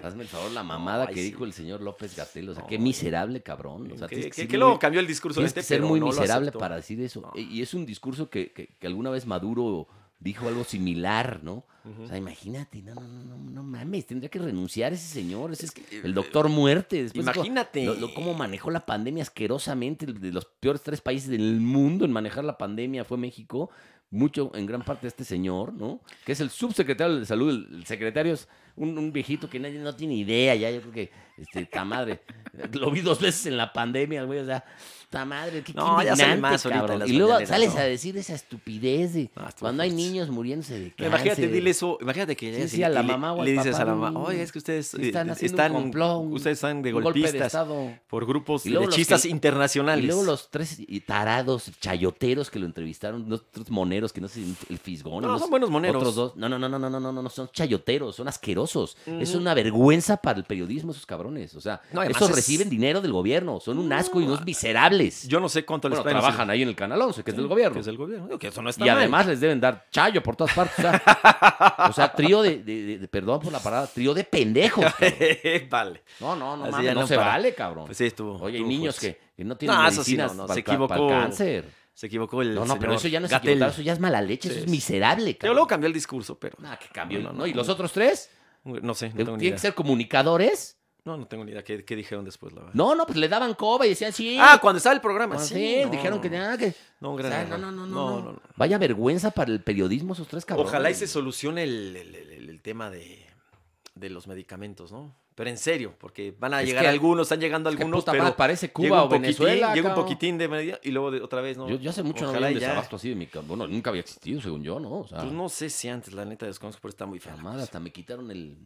Speaker 2: Hazme el favor, la mamada
Speaker 1: Ay,
Speaker 2: que
Speaker 1: sí.
Speaker 2: dijo el señor López Gatel. O sea,
Speaker 1: No,
Speaker 2: qué
Speaker 1: güey.
Speaker 2: miserable cabrón. O sea,
Speaker 1: que
Speaker 2: tienes
Speaker 1: que-
Speaker 2: ser
Speaker 1: que
Speaker 2: muy-
Speaker 1: luego cambió el discurso de
Speaker 2: Tienes
Speaker 1: este,
Speaker 2: que ser
Speaker 1: pero
Speaker 2: muy
Speaker 1: no lo
Speaker 2: miserable
Speaker 1: aceptó.
Speaker 2: para decir eso.
Speaker 1: No.
Speaker 2: E- Y es un discurso que, que- que alguna vez Maduro dijo algo similar, ¿no?
Speaker 1: Ujú.
Speaker 2: O sea, imagínate, no, no, no, no, no mames, tendría que renunciar ese señor, ese
Speaker 1: Es
Speaker 2: es
Speaker 1: que, eh,
Speaker 2: el doctor muerte. Después,
Speaker 1: Imagínate.
Speaker 2: lo- lo- cómo manejó la pandemia asquerosamente, el de los peores tres países del mundo en manejar la pandemia fue México, mucho en gran parte este señor, ¿no? Que es el subsecretario de salud, el, el secretario es un, un viejito que nadie no tiene idea, ya yo creo que, este, ta madre, lo vi dos veces en la pandemia, güey, o sea, ta madre, qué, qué
Speaker 1: No, ya sale
Speaker 2: indignante,
Speaker 1: más ahorita en
Speaker 2: cabrón.
Speaker 1: las
Speaker 2: Y luego
Speaker 1: mañaneras,
Speaker 2: sales
Speaker 1: ¿no?
Speaker 2: a decir esa estupidez de
Speaker 1: Ah, estuvo
Speaker 2: cuando hay
Speaker 1: fuerte.
Speaker 2: niños muriéndose de cáncer.
Speaker 1: Imagínate, dile eso, imagínate que llegas
Speaker 2: sí,
Speaker 1: y-
Speaker 2: a
Speaker 1: y
Speaker 2: la
Speaker 1: le-
Speaker 2: mamá o al
Speaker 1: le dices
Speaker 2: papá
Speaker 1: a la
Speaker 2: de un
Speaker 1: mamá,
Speaker 2: niño.
Speaker 1: oye, es que ustedes
Speaker 2: Sí, están
Speaker 1: eh,
Speaker 2: haciendo un
Speaker 1: están-
Speaker 2: complot, un-
Speaker 1: ustedes están de
Speaker 2: un golpe de
Speaker 1: golpistas
Speaker 2: estado.
Speaker 1: por grupos
Speaker 2: Y luego los
Speaker 1: derechistas
Speaker 2: que-
Speaker 1: internacionales.
Speaker 2: Y luego los tres y- tarados, chayoteros que lo entrevistaron, los tres moneros que no sé, el fisgón.
Speaker 1: No,
Speaker 2: los
Speaker 1: son buenos moneros.
Speaker 2: Otros dos. No, no, no, no, no, no, no, no, no, son chayoteros, son asquerosos.
Speaker 1: Ujú.
Speaker 2: Es una vergüenza para el periodismo esos cabrones. O sea,
Speaker 1: No, además
Speaker 2: esos
Speaker 1: es-
Speaker 2: reciben dinero del gobierno, son un asco y unos miserables.
Speaker 1: Yo no sé cuánto
Speaker 2: Bueno,
Speaker 1: les pagan.
Speaker 2: trabajan ahí en el Canal 11, que es del gobierno.
Speaker 1: Que es del gobierno. Digo, que eso no está
Speaker 2: Y
Speaker 1: mal.
Speaker 2: además les deben dar chayo por todas partes. O sea, o sea, trío de, de- de- de- perdón por la parada, trío de pendejos. cabrón.
Speaker 1: vale.
Speaker 2: No, no, no,
Speaker 1: Así
Speaker 2: mames,
Speaker 1: ya
Speaker 2: no,
Speaker 1: no
Speaker 2: se
Speaker 1: para.
Speaker 2: vale, cabrón.
Speaker 1: Pues sí, estuvo.
Speaker 2: Oye, hay
Speaker 1: estuvo
Speaker 2: niños
Speaker 1: fuerte.
Speaker 2: que, que no tienen
Speaker 1: No, eso sí,
Speaker 2: medicinas
Speaker 1: no, no,
Speaker 2: para,
Speaker 1: se
Speaker 2: para- para el
Speaker 1: equivocó.
Speaker 2: cáncer.
Speaker 1: Se equivocó el.
Speaker 2: No, no,
Speaker 1: señor
Speaker 2: pero eso ya no es
Speaker 1: Gatell.
Speaker 2: equivocado, eso ya es mala
Speaker 1: Sí,
Speaker 2: leche, eso es
Speaker 1: sí.
Speaker 2: miserable,
Speaker 1: Yo
Speaker 2: cabrón.
Speaker 1: luego cambió el discurso, pero.
Speaker 2: Nah, que cambió,
Speaker 1: No,
Speaker 2: no,
Speaker 1: no,
Speaker 2: ¿Y
Speaker 1: no.
Speaker 2: los otros tres?
Speaker 1: No sé, no tengo
Speaker 2: ¿Tienen
Speaker 1: ni idea.
Speaker 2: que ser comunicadores?
Speaker 1: No, no tengo ni idea qué, qué dijeron después, la verdad.
Speaker 2: No, no, pues le daban coba y decían, sí.
Speaker 1: Ah, cuando estaba el programa,
Speaker 2: ah,
Speaker 1: sí.
Speaker 2: sí,
Speaker 1: no,
Speaker 2: dijeron que
Speaker 1: no.
Speaker 2: nada, que...
Speaker 1: No, un
Speaker 2: o
Speaker 1: gran
Speaker 2: sea, no,
Speaker 1: error.
Speaker 2: no, no, no, no. Vaya vergüenza para el periodismo esos tres cabrones.
Speaker 1: Ojalá y se solucione el, el- el- el tema de, de los medicamentos, ¿no? Pero en serio, porque van a
Speaker 2: Es
Speaker 1: llegar
Speaker 2: que-
Speaker 1: algunos, están llegando
Speaker 2: Que
Speaker 1: algunos,
Speaker 2: puta
Speaker 1: pero
Speaker 2: madre, parece
Speaker 1: llega
Speaker 2: Cuba
Speaker 1: un
Speaker 2: o Venezuela,
Speaker 1: poquitín, llega un
Speaker 2: cabrón.
Speaker 1: poquitín de medida y luego de- otra vez, ¿no?
Speaker 2: Yo, yo hace mucho no
Speaker 1: Ojalá
Speaker 2: había
Speaker 1: y
Speaker 2: un
Speaker 1: ya.
Speaker 2: desabasto así de mi... ca- Bueno, nunca había existido, según yo, ¿no? O sea,
Speaker 1: Pues no sé si antes, la neta desconozco, pero está muy fea.
Speaker 2: la
Speaker 1: la
Speaker 2: madre,
Speaker 1: cosa.
Speaker 2: hasta me quitaron el...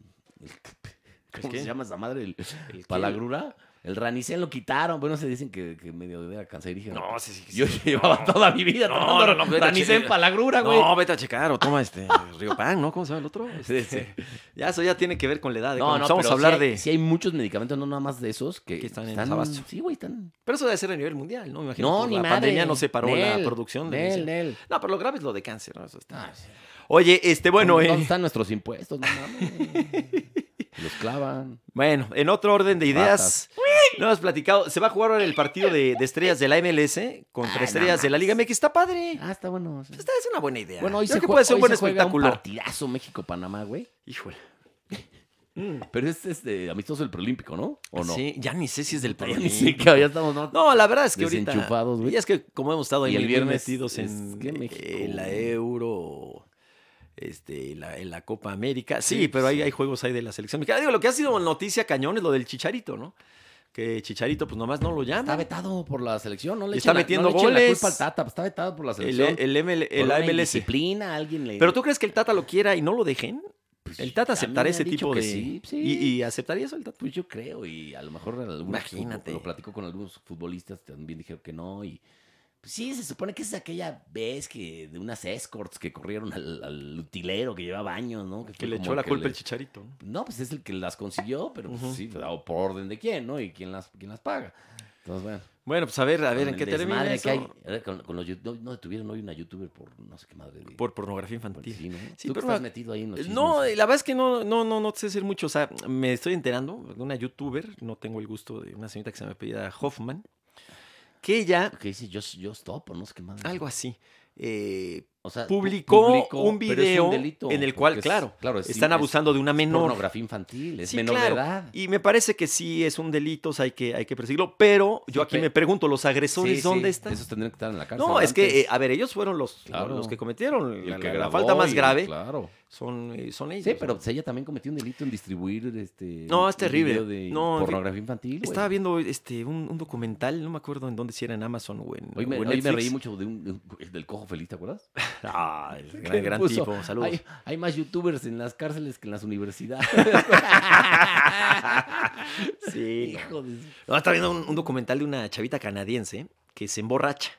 Speaker 2: el-
Speaker 1: ¿El
Speaker 2: ¿Cómo
Speaker 1: qué?
Speaker 2: se llama esa madre? El,
Speaker 1: ¿El qué?
Speaker 2: palagrura. El ranicén lo quitaron. Bueno, se dicen que, que medio era cancerígeno.
Speaker 1: No, sí, sí. sí.
Speaker 2: Yo llevaba toda mi vida
Speaker 1: No,
Speaker 2: tomando
Speaker 1: no, no, vete a
Speaker 2: ranicén
Speaker 1: chingar.
Speaker 2: palagrura, güey.
Speaker 1: No, vete a checar o toma este Río Pan, ¿no? ¿Cómo se llama el otro? Este,
Speaker 2: Sí, sí.
Speaker 1: Ya, eso ya tiene que ver con la edad. de
Speaker 2: No,
Speaker 1: cuando
Speaker 2: no,
Speaker 1: empezamos
Speaker 2: pero
Speaker 1: a hablar
Speaker 2: sí hay,
Speaker 1: de.
Speaker 2: sí hay muchos medicamentos, no nada más de esos, que,
Speaker 1: Que están en
Speaker 2: están
Speaker 1: desabasto.
Speaker 2: Sí, güey, están...
Speaker 1: Pero eso debe ser a nivel mundial, ¿no? Me Imagino
Speaker 2: No,
Speaker 1: por
Speaker 2: ni
Speaker 1: la
Speaker 2: madre.
Speaker 1: pandemia no se paró la
Speaker 2: Nel,
Speaker 1: producción de
Speaker 2: Nel,
Speaker 1: medicina.
Speaker 2: Nel.
Speaker 1: No, pero lo grave es lo de cáncer, ¿no? Eso está-
Speaker 2: Ah, sí.
Speaker 1: Oye, este, bueno,
Speaker 2: ¿Dónde
Speaker 1: eh,
Speaker 2: están nuestros impuestos? No mames. Los clavan.
Speaker 1: bueno, en otro orden de ideas,
Speaker 2: Ratas.
Speaker 1: no hemos platicado. Se va a jugar ahora el partido de, de estrellas de la MLS contra
Speaker 2: Ah, no
Speaker 1: estrellas de la Liga MX. Está padre.
Speaker 2: Ah, está bueno. sí.
Speaker 1: Esta es una buena idea.
Speaker 2: Bueno, hoy
Speaker 1: Pues Creo
Speaker 2: se,
Speaker 1: que
Speaker 2: jue-
Speaker 1: puede ser un
Speaker 2: hoy
Speaker 1: buen
Speaker 2: se juega
Speaker 1: espectáculo.
Speaker 2: un partidazo México-Panamá, güey.
Speaker 1: Híjole.
Speaker 2: Pero este es este, amistoso del preolímpico, ¿no? ¿O no?
Speaker 1: Sí, ya ni sé si es del
Speaker 2: Ya
Speaker 1: país.
Speaker 2: ni sé, cabrón, ya estamos... ¿no?
Speaker 1: No, la verdad es que ahorita.
Speaker 2: Desenchufados, güey.
Speaker 1: Y es que como hemos estado ahí
Speaker 2: Y el
Speaker 1: muy
Speaker 2: viernes
Speaker 1: metidos
Speaker 2: es
Speaker 1: en
Speaker 2: que México.
Speaker 1: eh, la eh, euro. este, la, en la Copa América. Sí, pero hay, hay juegos ahí de la selección mexicana. Digo, lo que ha sido noticia cañón es lo del Chicharito, ¿no? Que Chicharito, pues nomás no lo
Speaker 2: Está
Speaker 1: llama.
Speaker 2: vetado por la selección, no
Speaker 1: Y
Speaker 2: le
Speaker 1: está
Speaker 2: echen la-
Speaker 1: metiendo
Speaker 2: no le echen la
Speaker 1: goles.
Speaker 2: culpa al Tata, pues está vetado por la
Speaker 1: El,
Speaker 2: selección.
Speaker 1: el, ML
Speaker 2: Por
Speaker 1: el
Speaker 2: una
Speaker 1: AMLS.
Speaker 2: indisciplina, alguien le...
Speaker 1: ¿Pero tú crees que el Tata lo quiera y no lo dejen?
Speaker 2: Pues,
Speaker 1: El Tata
Speaker 2: a mí
Speaker 1: aceptará
Speaker 2: me
Speaker 1: ese
Speaker 2: han dicho
Speaker 1: tipo de...
Speaker 2: que sí, sí.
Speaker 1: ¿Y, y aceptaría eso el Tata?
Speaker 2: Pues yo creo, y a lo mejor en algunos-
Speaker 1: Imagínate.
Speaker 2: Lo platicó con algunos futbolistas, también dijeron que no, y... Pues sí, se supone que esa es aquella vez que de unas escorts que corrieron al, al utilero que llevaba años, ¿no?
Speaker 1: Que
Speaker 2: fue
Speaker 1: le
Speaker 2: Pues como
Speaker 1: echó la
Speaker 2: que
Speaker 1: culpa
Speaker 2: le-
Speaker 1: el Chicharito. ¿no?
Speaker 2: No, pues es el que las consiguió, pero pues,
Speaker 1: Ujú.
Speaker 2: sí, o por orden de quién, ¿no? Y quién las, quién las paga. Entonces, bueno.
Speaker 1: Bueno, pues a ver, a ver en
Speaker 2: con el
Speaker 1: qué termina
Speaker 2: desmadre
Speaker 1: eso.
Speaker 2: que hay, ahora con, con los yout- no, no detuvieron hoy una youtuber por no sé qué madre. de-
Speaker 1: Por pornografía
Speaker 2: por-
Speaker 1: infantil.
Speaker 2: sí, ¿no?
Speaker 1: Sí,
Speaker 2: Tú que
Speaker 1: pero
Speaker 2: estás
Speaker 1: me-
Speaker 2: metido ahí en los
Speaker 1: Eh, No,
Speaker 2: chismes.
Speaker 1: la verdad es que no, no, no, no te sé decir mucho. O sea, me estoy enterando de una youtuber, no tengo el gusto de una señorita que se me apellida Hoffman, que ella,
Speaker 2: que dice yo, yo stop o no sé qué madre.
Speaker 1: algo así, eh,
Speaker 2: O sea, pu-
Speaker 1: publicó
Speaker 2: publicó,
Speaker 1: un
Speaker 2: pero es
Speaker 1: video
Speaker 2: delito,
Speaker 1: en el cual,
Speaker 2: porque es-
Speaker 1: claro,
Speaker 2: claro es-
Speaker 1: están
Speaker 2: es
Speaker 1: abusando de una menor.
Speaker 2: Pornografía infantil, es
Speaker 1: Sí,
Speaker 2: menor
Speaker 1: claro.
Speaker 2: de edad.
Speaker 1: Y me parece que sí es un delito, o sea, hay que, hay que perseguirlo. Pero yo
Speaker 2: Sí,
Speaker 1: aquí
Speaker 2: pe-
Speaker 1: me pregunto, ¿los agresores
Speaker 2: Sí,
Speaker 1: dónde
Speaker 2: sí,
Speaker 1: están?
Speaker 2: Esos tendrían que estar en la cárcel.
Speaker 1: No, es que,
Speaker 2: antes.
Speaker 1: eh, a ver, ellos fueron los,
Speaker 2: Claro.
Speaker 1: los que cometieron
Speaker 2: El
Speaker 1: la,
Speaker 2: que
Speaker 1: la- la
Speaker 2: grabó
Speaker 1: falta más
Speaker 2: y-
Speaker 1: grave.
Speaker 2: Claro.
Speaker 1: Son, eh, son ellos.
Speaker 2: Sí,
Speaker 1: ¿no?
Speaker 2: pero pues, ella también cometió un delito en distribuir este.
Speaker 1: No, es
Speaker 2: un
Speaker 1: terrible.
Speaker 2: video de
Speaker 1: No, en fin,
Speaker 2: pornografía infantil. güey.
Speaker 1: Estaba viendo este un, un documental, no me acuerdo en dónde si era en Amazon o en,
Speaker 2: Hoy me,
Speaker 1: o en
Speaker 2: hoy me
Speaker 1: Netflix.
Speaker 2: reí mucho de un- de un- el del cojo feliz, ¿te acuerdas?
Speaker 1: Ah, es
Speaker 2: Que
Speaker 1: gran, gran
Speaker 2: puso,
Speaker 1: tipo, saludos.
Speaker 2: Hay, hay más youtubers en las cárceles que en las universidades.
Speaker 1: Sí. no.
Speaker 2: Hijo de su-
Speaker 1: No, estaba viendo un, un documental de una chavita canadiense que se emborracha.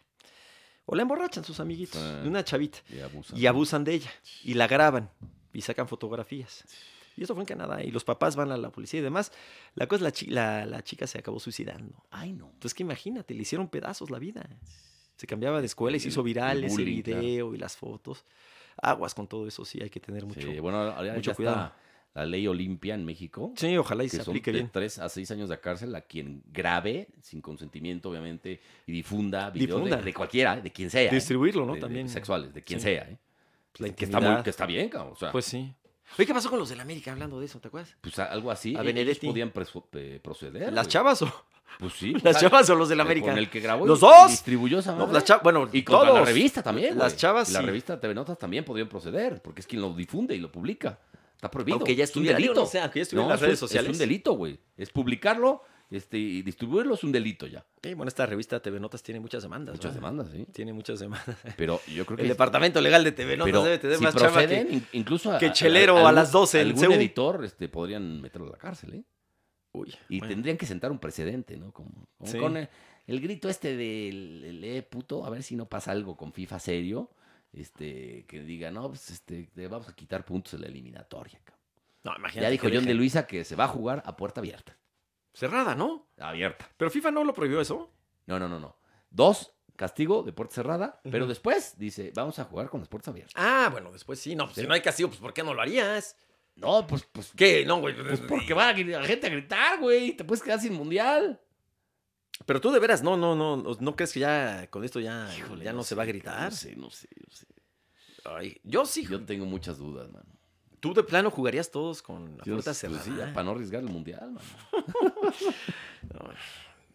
Speaker 1: O la emborrachan sus amiguitos,
Speaker 2: Sí.
Speaker 1: de una chavita.
Speaker 2: Y abusan.
Speaker 1: Y abusan de ella. Y la graban. Y sacan fotografías. Y eso fue en Canadá. Y los papás van a la policía y demás. La cosa es la, chi- la, la chica se acabó suicidando.
Speaker 2: Ay, no.
Speaker 1: Entonces, que imagínate, le hicieron pedazos la vida. Se cambiaba de escuela y se hizo viral
Speaker 2: el
Speaker 1: ese
Speaker 2: bullying, claro.
Speaker 1: video y las fotos. Aguas con todo eso, sí, hay que tener mucho.
Speaker 2: Sí, bueno, ahora
Speaker 1: mucho
Speaker 2: ya
Speaker 1: cuidado.
Speaker 2: está la ley Olimpia en México.
Speaker 1: Sí, ojalá y
Speaker 2: que
Speaker 1: se
Speaker 2: son
Speaker 1: aplique
Speaker 2: de
Speaker 1: bien.
Speaker 2: 3 a 6 años de cárcel a quien grabe, sin consentimiento, obviamente, y difunda videos
Speaker 1: Difunda.
Speaker 2: De, de cualquiera, de quien sea. ¿eh?
Speaker 1: Distribuirlo, ¿no?
Speaker 2: De- de
Speaker 1: También.
Speaker 2: sexuales, de quien
Speaker 1: Sí.
Speaker 2: sea. ¿eh?
Speaker 1: La
Speaker 2: que, está muy,
Speaker 1: intimidad.
Speaker 2: que está bien, cabrón. O sea,
Speaker 1: Pues
Speaker 2: pues,
Speaker 1: sí. Oye, ¿qué pasó con los del América hablando de eso? ¿Te acuerdas?
Speaker 2: a- algo así. e-,
Speaker 1: A
Speaker 2: ellos
Speaker 1: Benedetti.
Speaker 2: podían presu- eh, proceder.
Speaker 1: ¿Las
Speaker 2: güey.
Speaker 1: chavas o
Speaker 2: Pues sí. o
Speaker 1: las
Speaker 2: sea,
Speaker 1: chavas o los del
Speaker 2: con
Speaker 1: América?
Speaker 2: el que grabó. y-
Speaker 1: ¡Los
Speaker 2: y
Speaker 1: dos!
Speaker 2: Distribuyó esa
Speaker 1: No,
Speaker 2: madre.
Speaker 1: las chavas, bueno,
Speaker 2: Y contra
Speaker 1: todos.
Speaker 2: la revista también.
Speaker 1: Las
Speaker 2: güey.
Speaker 1: chavas
Speaker 2: Y la
Speaker 1: sí.
Speaker 2: revista TV Notas también podrían proceder, porque es quien lo difunde y lo publica. Está prohibido.
Speaker 1: Aunque ya
Speaker 2: Es un
Speaker 1: estuviera, digo,
Speaker 2: delito.
Speaker 1: no sé, aunque ya estuviera en las
Speaker 2: es un-
Speaker 1: redes sociales.
Speaker 2: Es un delito, güey. Es publicarlo este, y distribuirlo es un delito ya.
Speaker 1: Sí, bueno, esta revista TV Notas tiene muchas demandas.
Speaker 2: Muchas
Speaker 1: ¿verdad?
Speaker 2: demandas, sí.
Speaker 1: Tiene muchas demandas.
Speaker 2: Pero yo creo que.
Speaker 1: El departamento legal de TV Notas
Speaker 2: pero
Speaker 1: debe tener
Speaker 2: si
Speaker 1: más chamba
Speaker 2: proceden,
Speaker 1: que.
Speaker 2: in- incluso
Speaker 1: que Chelero a
Speaker 2: algún-
Speaker 1: las 12 en
Speaker 2: algún
Speaker 1: CU.
Speaker 2: editor este, podrían meterlo a la cárcel, ¿eh?
Speaker 1: Uy,
Speaker 2: Y
Speaker 1: bueno.
Speaker 2: tendrían que sentar un precedente, ¿no? Como, como
Speaker 1: Sí.
Speaker 2: con el, el grito este del el, eh, puto, a ver si no pasa algo con FIFA serio, este, que diga, no, pues este, te vamos a quitar puntos en la eliminatoria. cabrón".
Speaker 1: No, imagínate.
Speaker 2: Ya dijo
Speaker 1: que
Speaker 2: John de
Speaker 1: dejen-
Speaker 2: Luisa que se va a jugar a puerta abierta.
Speaker 1: Cerrada, ¿no?
Speaker 2: Abierta.
Speaker 1: Pero FIFA no lo prohibió eso.
Speaker 2: No, no, no, no. Dos, castigo de puerta cerrada, pero
Speaker 1: Ujú.
Speaker 2: después dice, vamos a jugar con las puertas abiertas.
Speaker 1: Ah, bueno, después sí. No, pues, si no hay castigo, pues ¿por qué no lo harías?
Speaker 2: No, pues, pues,
Speaker 1: ¿Qué? No, güey.
Speaker 2: pues porque va a gr- la gente a gritar, güey, te puedes quedar sin mundial.
Speaker 1: Pero tú de veras, no, no, no. o- ¿No crees que ya con esto ya,
Speaker 2: Híjole,
Speaker 1: ya no, se
Speaker 2: sé,
Speaker 1: va a
Speaker 2: cabrón,
Speaker 1: gritar?
Speaker 2: No sé, no sé, no sé.
Speaker 1: Ay, yo sí.
Speaker 2: Yo tengo muchas dudas, mano.
Speaker 1: Tú de plano jugarías todos con la
Speaker 2: Yo,
Speaker 1: puerta
Speaker 2: pues,
Speaker 1: cerrada.
Speaker 2: sí, ya para no arriesgar el mundial, mano.
Speaker 1: No.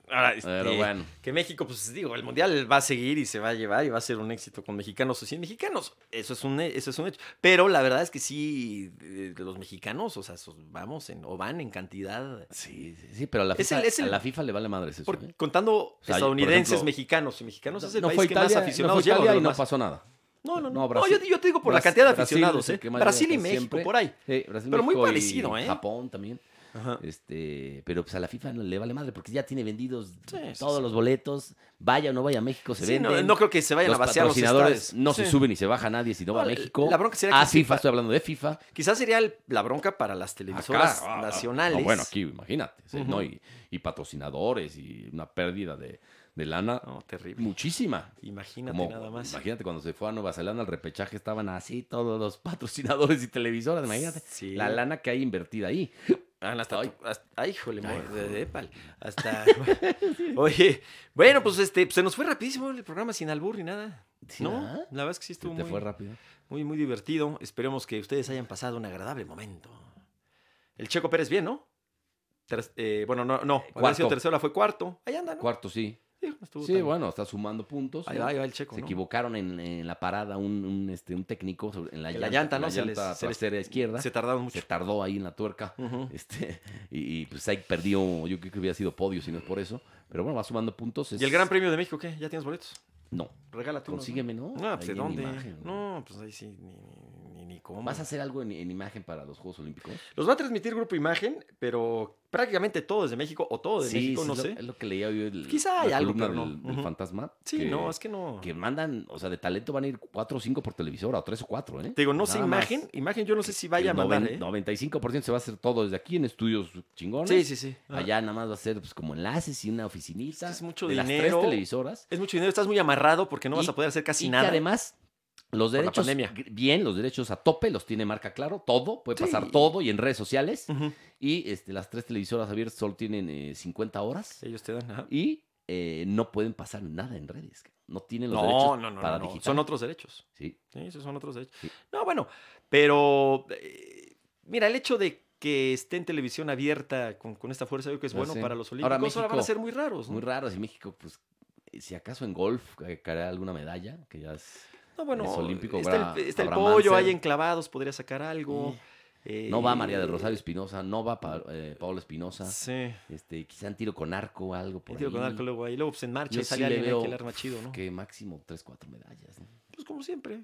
Speaker 1: Ahora, este,
Speaker 2: Pero bueno.
Speaker 1: Que México, pues digo, el mundial va a seguir y se va a llevar y va a ser un éxito con mexicanos o sin mexicanos. Eso es un, he- eso es un hecho. Pero la verdad es que sí, eh, los mexicanos, o sea, so- vamos en, o van en cantidad.
Speaker 2: Sí, sí, sí, pero a la,
Speaker 1: Es
Speaker 2: FIFA,
Speaker 1: el- es el-
Speaker 2: a la FIFA le vale madres eso.
Speaker 1: Por-
Speaker 2: ¿eh?
Speaker 1: contando
Speaker 2: sea, yo, por
Speaker 1: estadounidenses,
Speaker 2: ejemplo,
Speaker 1: mexicanos y mexicanos es el
Speaker 2: no
Speaker 1: país
Speaker 2: fue
Speaker 1: que
Speaker 2: Italia,
Speaker 1: más aficionados
Speaker 2: no fue
Speaker 1: lleva,
Speaker 2: Italia
Speaker 1: de
Speaker 2: y
Speaker 1: los
Speaker 2: no
Speaker 1: más.
Speaker 2: pasó nada.
Speaker 1: No, no,
Speaker 2: No,
Speaker 1: no.
Speaker 2: Brasil-
Speaker 1: yo, yo te digo por la
Speaker 2: Brasil-
Speaker 1: cantidad de
Speaker 2: Brasil
Speaker 1: aficionados,
Speaker 2: es el
Speaker 1: ¿eh?
Speaker 2: que más
Speaker 1: Brasil y
Speaker 2: llega
Speaker 1: México,
Speaker 2: siempre.
Speaker 1: por ahí.
Speaker 2: Sí, Brasil,
Speaker 1: Pero muy
Speaker 2: México y
Speaker 1: parecido, ¿eh?
Speaker 2: Japón también.
Speaker 1: Ajá.
Speaker 2: Este, pero pues a la FIFA no le vale madre porque ya tiene vendidos
Speaker 1: Sí, sí,
Speaker 2: todos
Speaker 1: sí.
Speaker 2: los boletos. Vaya o no vaya a México, Pues se
Speaker 1: Sí,
Speaker 2: venden.
Speaker 1: no, no creo que se vayan
Speaker 2: los
Speaker 1: a vaciar los
Speaker 2: patrocinadores
Speaker 1: estadios.
Speaker 2: no se
Speaker 1: Sí.
Speaker 2: suben ni se baja nadie si no va a
Speaker 1: No, la-
Speaker 2: México.
Speaker 1: la bronca sería
Speaker 2: a
Speaker 1: que sí,
Speaker 2: FIFA,
Speaker 1: pa-
Speaker 2: estoy hablando de FIFA.
Speaker 1: Quizás sería el- la bronca para las televisoras
Speaker 2: Acá, ah, ah,
Speaker 1: nacionales.
Speaker 2: no, bueno, aquí imagínate, sí,
Speaker 1: Ujú.
Speaker 2: ¿no? y, y patrocinadores y una pérdida de, de lana
Speaker 1: No, terrible.
Speaker 2: muchísima.
Speaker 1: Imagínate
Speaker 2: Como-
Speaker 1: nada más.
Speaker 2: Imagínate cuando se fue a Nueva Zelanda al repechaje estaban así todos los patrocinadores y televisoras, imagínate.
Speaker 1: Sí.
Speaker 2: La lana que hay invertida ahí.
Speaker 1: Ah, hasta,
Speaker 2: Ay.
Speaker 1: tu- hasta- ay, híjole, mo-
Speaker 2: Ay,
Speaker 1: de, de pal. Hasta. Oye, bueno, pues este, se nos fue rapidísimo el programa sin albur ni nada.
Speaker 2: Sí,
Speaker 1: no,
Speaker 2: ¿verdad?
Speaker 1: la verdad es que sí
Speaker 2: Se
Speaker 1: estuvo
Speaker 2: "Ah, te
Speaker 1: muy,
Speaker 2: fue rápido.
Speaker 1: muy, muy divertido. Esperemos que ustedes hayan pasado un agradable momento. El Checo Pérez, bien, ¿no? Ter- eh, bueno, no, no. Haber sido
Speaker 2: Cuarto.
Speaker 1: tercera fue cuarto. Ahí anda, ¿no?
Speaker 2: Cuarto, sí.
Speaker 1: Sí, estuvo
Speaker 2: sí,
Speaker 1: tan-
Speaker 2: bueno, está sumando puntos.
Speaker 1: Ahí
Speaker 2: ¿no?
Speaker 1: va, ahí va el checo.
Speaker 2: se
Speaker 1: ¿no?
Speaker 2: equivocaron en, en la parada un, un, este, un técnico sobre- en la
Speaker 1: En
Speaker 2: llanta,
Speaker 1: la llanta,
Speaker 2: en
Speaker 1: ¿no? Se les-
Speaker 2: llanta
Speaker 1: se les-
Speaker 2: trasera izquierda.
Speaker 1: Se tardaron
Speaker 2: Se
Speaker 1: mucho.
Speaker 2: tardó ahí en la tuerca.
Speaker 1: Ujú.
Speaker 2: Este, y, y, pues ahí perdió, yo creo que hubiera sido podio si no es por eso. Pero bueno, va sumando puntos. es-
Speaker 1: ¿Y el Gran Premio de México qué? ¿Ya tienes boletos?
Speaker 2: No,
Speaker 1: Regala tú. unos,
Speaker 2: consígueme, ¿no?
Speaker 1: ¿no? Ah, pues
Speaker 2: Ahí
Speaker 1: ¿de
Speaker 2: en
Speaker 1: dónde?
Speaker 2: imagen, ¿no?
Speaker 1: no, pues ahí sí, ni, ni, ni, ni cómo.
Speaker 2: ¿Vas a hacer algo en, en imagen para los Juegos Olímpicos?
Speaker 1: Los va a transmitir Grupo Imagen, pero prácticamente todo desde México o todo de México,
Speaker 2: sí,
Speaker 1: no
Speaker 2: es lo,
Speaker 1: sé. Pues
Speaker 2: es lo que leía yo. el-
Speaker 1: Quizá
Speaker 2: la
Speaker 1: hay algo,
Speaker 2: columna
Speaker 1: pero no.
Speaker 2: del, del
Speaker 1: Ujú.
Speaker 2: fantasma.
Speaker 1: Sí,
Speaker 2: que-
Speaker 1: no, es que no.
Speaker 2: Que mandan, o sea, de talento van a ir cuatro o cinco por televisora, o tres o cuatro, ¿eh?
Speaker 1: Te digo, no sé,
Speaker 2: Nada más.
Speaker 1: imagen, imagen yo no sé si vaya a
Speaker 2: El
Speaker 1: mandar, ¿eh?
Speaker 2: noven- 95% se va a hacer todo desde aquí en estudios chingones.
Speaker 1: sí, sí, sí. Ah.
Speaker 2: Allá nada más va a ser pues, como enlaces y una oficinita.
Speaker 1: Es que es mucho
Speaker 2: de las
Speaker 1: dinero.
Speaker 2: tres televisoras.
Speaker 1: Es mucho dinero, estás muy amarrado porque no
Speaker 2: Y-
Speaker 1: vas a poder hacer casi
Speaker 2: y
Speaker 1: nada.
Speaker 2: que además los
Speaker 1: la
Speaker 2: derechos,
Speaker 1: pandemia.
Speaker 2: gr- bien, los derechos a tope, los tiene marca claro, todo, puede
Speaker 1: Sí.
Speaker 2: pasar todo y en redes sociales.
Speaker 1: Ujú.
Speaker 2: Y este, las tres televisoras abiertas solo tienen eh, 50 horas
Speaker 1: Ellos te dan. ajá.
Speaker 2: y eh, no pueden pasar nada en redes. cabrón. No tienen los
Speaker 1: No,
Speaker 2: derechos
Speaker 1: no, no,
Speaker 2: para
Speaker 1: no, no.
Speaker 2: digital.
Speaker 1: Son otros derechos.
Speaker 2: Sí.
Speaker 1: Sí, esos son otros derechos.
Speaker 2: Sí.
Speaker 1: No, bueno, pero eh, mira, el hecho de que esté en televisión abierta con, con esta fuerza, yo creo que es
Speaker 2: Ya
Speaker 1: bueno
Speaker 2: sé.
Speaker 1: para los olímpicos.
Speaker 2: Ahora,
Speaker 1: Ahora, van a
Speaker 2: México,
Speaker 1: ser muy raros, ¿no?
Speaker 2: Muy raro. Si México, pues, eh, si acaso en golf eh, caerá alguna medalla, que ya es...
Speaker 1: No, bueno,
Speaker 2: es olímpico,
Speaker 1: está
Speaker 2: habrá-
Speaker 1: el, está el
Speaker 2: habrá
Speaker 1: pollo,
Speaker 2: Mansell.
Speaker 1: hay enclavados, podría sacar algo. eh,
Speaker 2: No va María del Rosario Espinosa, no va Pa- eh, Paola Espinosa,
Speaker 1: Sí,
Speaker 2: este, quizá en tiro con arco o algo por
Speaker 1: tiro con
Speaker 2: ahí.
Speaker 1: arco luego ahí. Luego, pues en marcha
Speaker 2: Yo
Speaker 1: y sale
Speaker 2: sí le
Speaker 1: alguien ahí
Speaker 2: veo,
Speaker 1: que le arma chido, ¿no?
Speaker 2: Que máximo 3, 4 medallas. ¿no?
Speaker 1: Pues como siempre.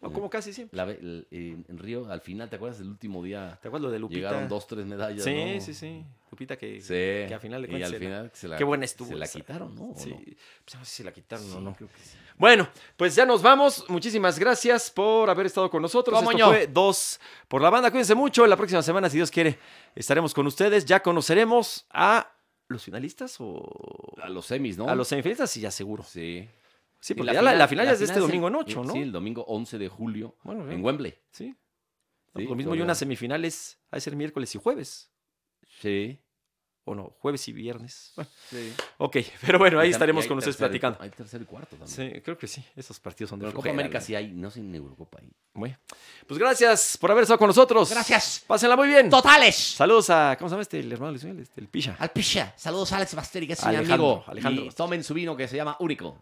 Speaker 1: O
Speaker 2: Mm.
Speaker 1: como casi siempre.
Speaker 2: La ve- el- en en Río, al final, ¿te acuerdas del último día?
Speaker 1: ¿Te acuerdas lo de Lupita?
Speaker 2: Llegaron 2, 3 medallas.
Speaker 1: Sí,
Speaker 2: ¿no?
Speaker 1: sí, sí. Lupita que.
Speaker 2: Sí,
Speaker 1: que al final de
Speaker 2: y
Speaker 1: cuentas
Speaker 2: al
Speaker 1: se la-
Speaker 2: final se la,
Speaker 1: Qué buena estuvo.
Speaker 2: se la
Speaker 1: esa.
Speaker 2: quitaron, ¿no? ¿O
Speaker 1: Sí.
Speaker 2: no?
Speaker 1: Pues no sé si la quitaron o
Speaker 2: Sí,
Speaker 1: no.
Speaker 2: creo que sí.
Speaker 1: Bueno, pues ya nos vamos. Muchísimas gracias por haber estado con nosotros.
Speaker 2: ¿Cómo
Speaker 1: Esto
Speaker 2: ño?
Speaker 1: fue Dos por la banda. Cuídense mucho. La próxima semana, si Dios quiere, estaremos con ustedes. Ya conoceremos a los finalistas o
Speaker 2: A los semis, ¿no?
Speaker 1: a los semifinalistas, sí, ya seguro.
Speaker 2: Sí.
Speaker 1: Sí,
Speaker 2: Y
Speaker 1: porque ya la, la final ya es de este
Speaker 2: el- eh,
Speaker 1: domingo en 8, ¿no?
Speaker 2: Sí, el domingo 11 de julio
Speaker 1: Bueno,
Speaker 2: en
Speaker 1: bien.
Speaker 2: Wembley.
Speaker 1: sí. No,
Speaker 2: Sí,
Speaker 1: lo mismo, y
Speaker 2: todavía.
Speaker 1: unas semifinales, ha de ser miércoles y jueves.
Speaker 2: Sí.
Speaker 1: O no, jueves y viernes. Bueno,
Speaker 2: sí.
Speaker 1: ok, pero bueno, ahí
Speaker 2: Y tam-
Speaker 1: estaremos
Speaker 2: y hay
Speaker 1: con ustedes
Speaker 2: tercero y cu-
Speaker 1: platicando.
Speaker 2: Hay tercer y cuarto también.
Speaker 1: Sí, creo que sí. Esos partidos son de
Speaker 2: Pero en Copa
Speaker 1: flojera,
Speaker 2: América
Speaker 1: la
Speaker 2: sí hay, no sé en Eurocopa hay.
Speaker 1: Bueno, pues gracias por haber estado con nosotros.
Speaker 2: Gracias.
Speaker 1: Pásenla muy bien.
Speaker 2: ¡Totales!
Speaker 1: Saludos a, ¿cómo se llama este? El hermano de Luis Miguel, este, el Pisha.
Speaker 2: Al Pisha. Saludos a Alex Basteri, que es mi
Speaker 1: Alejandro,
Speaker 2: amigo.
Speaker 1: Alejandro.
Speaker 2: Y tomen su vino que se llama Único.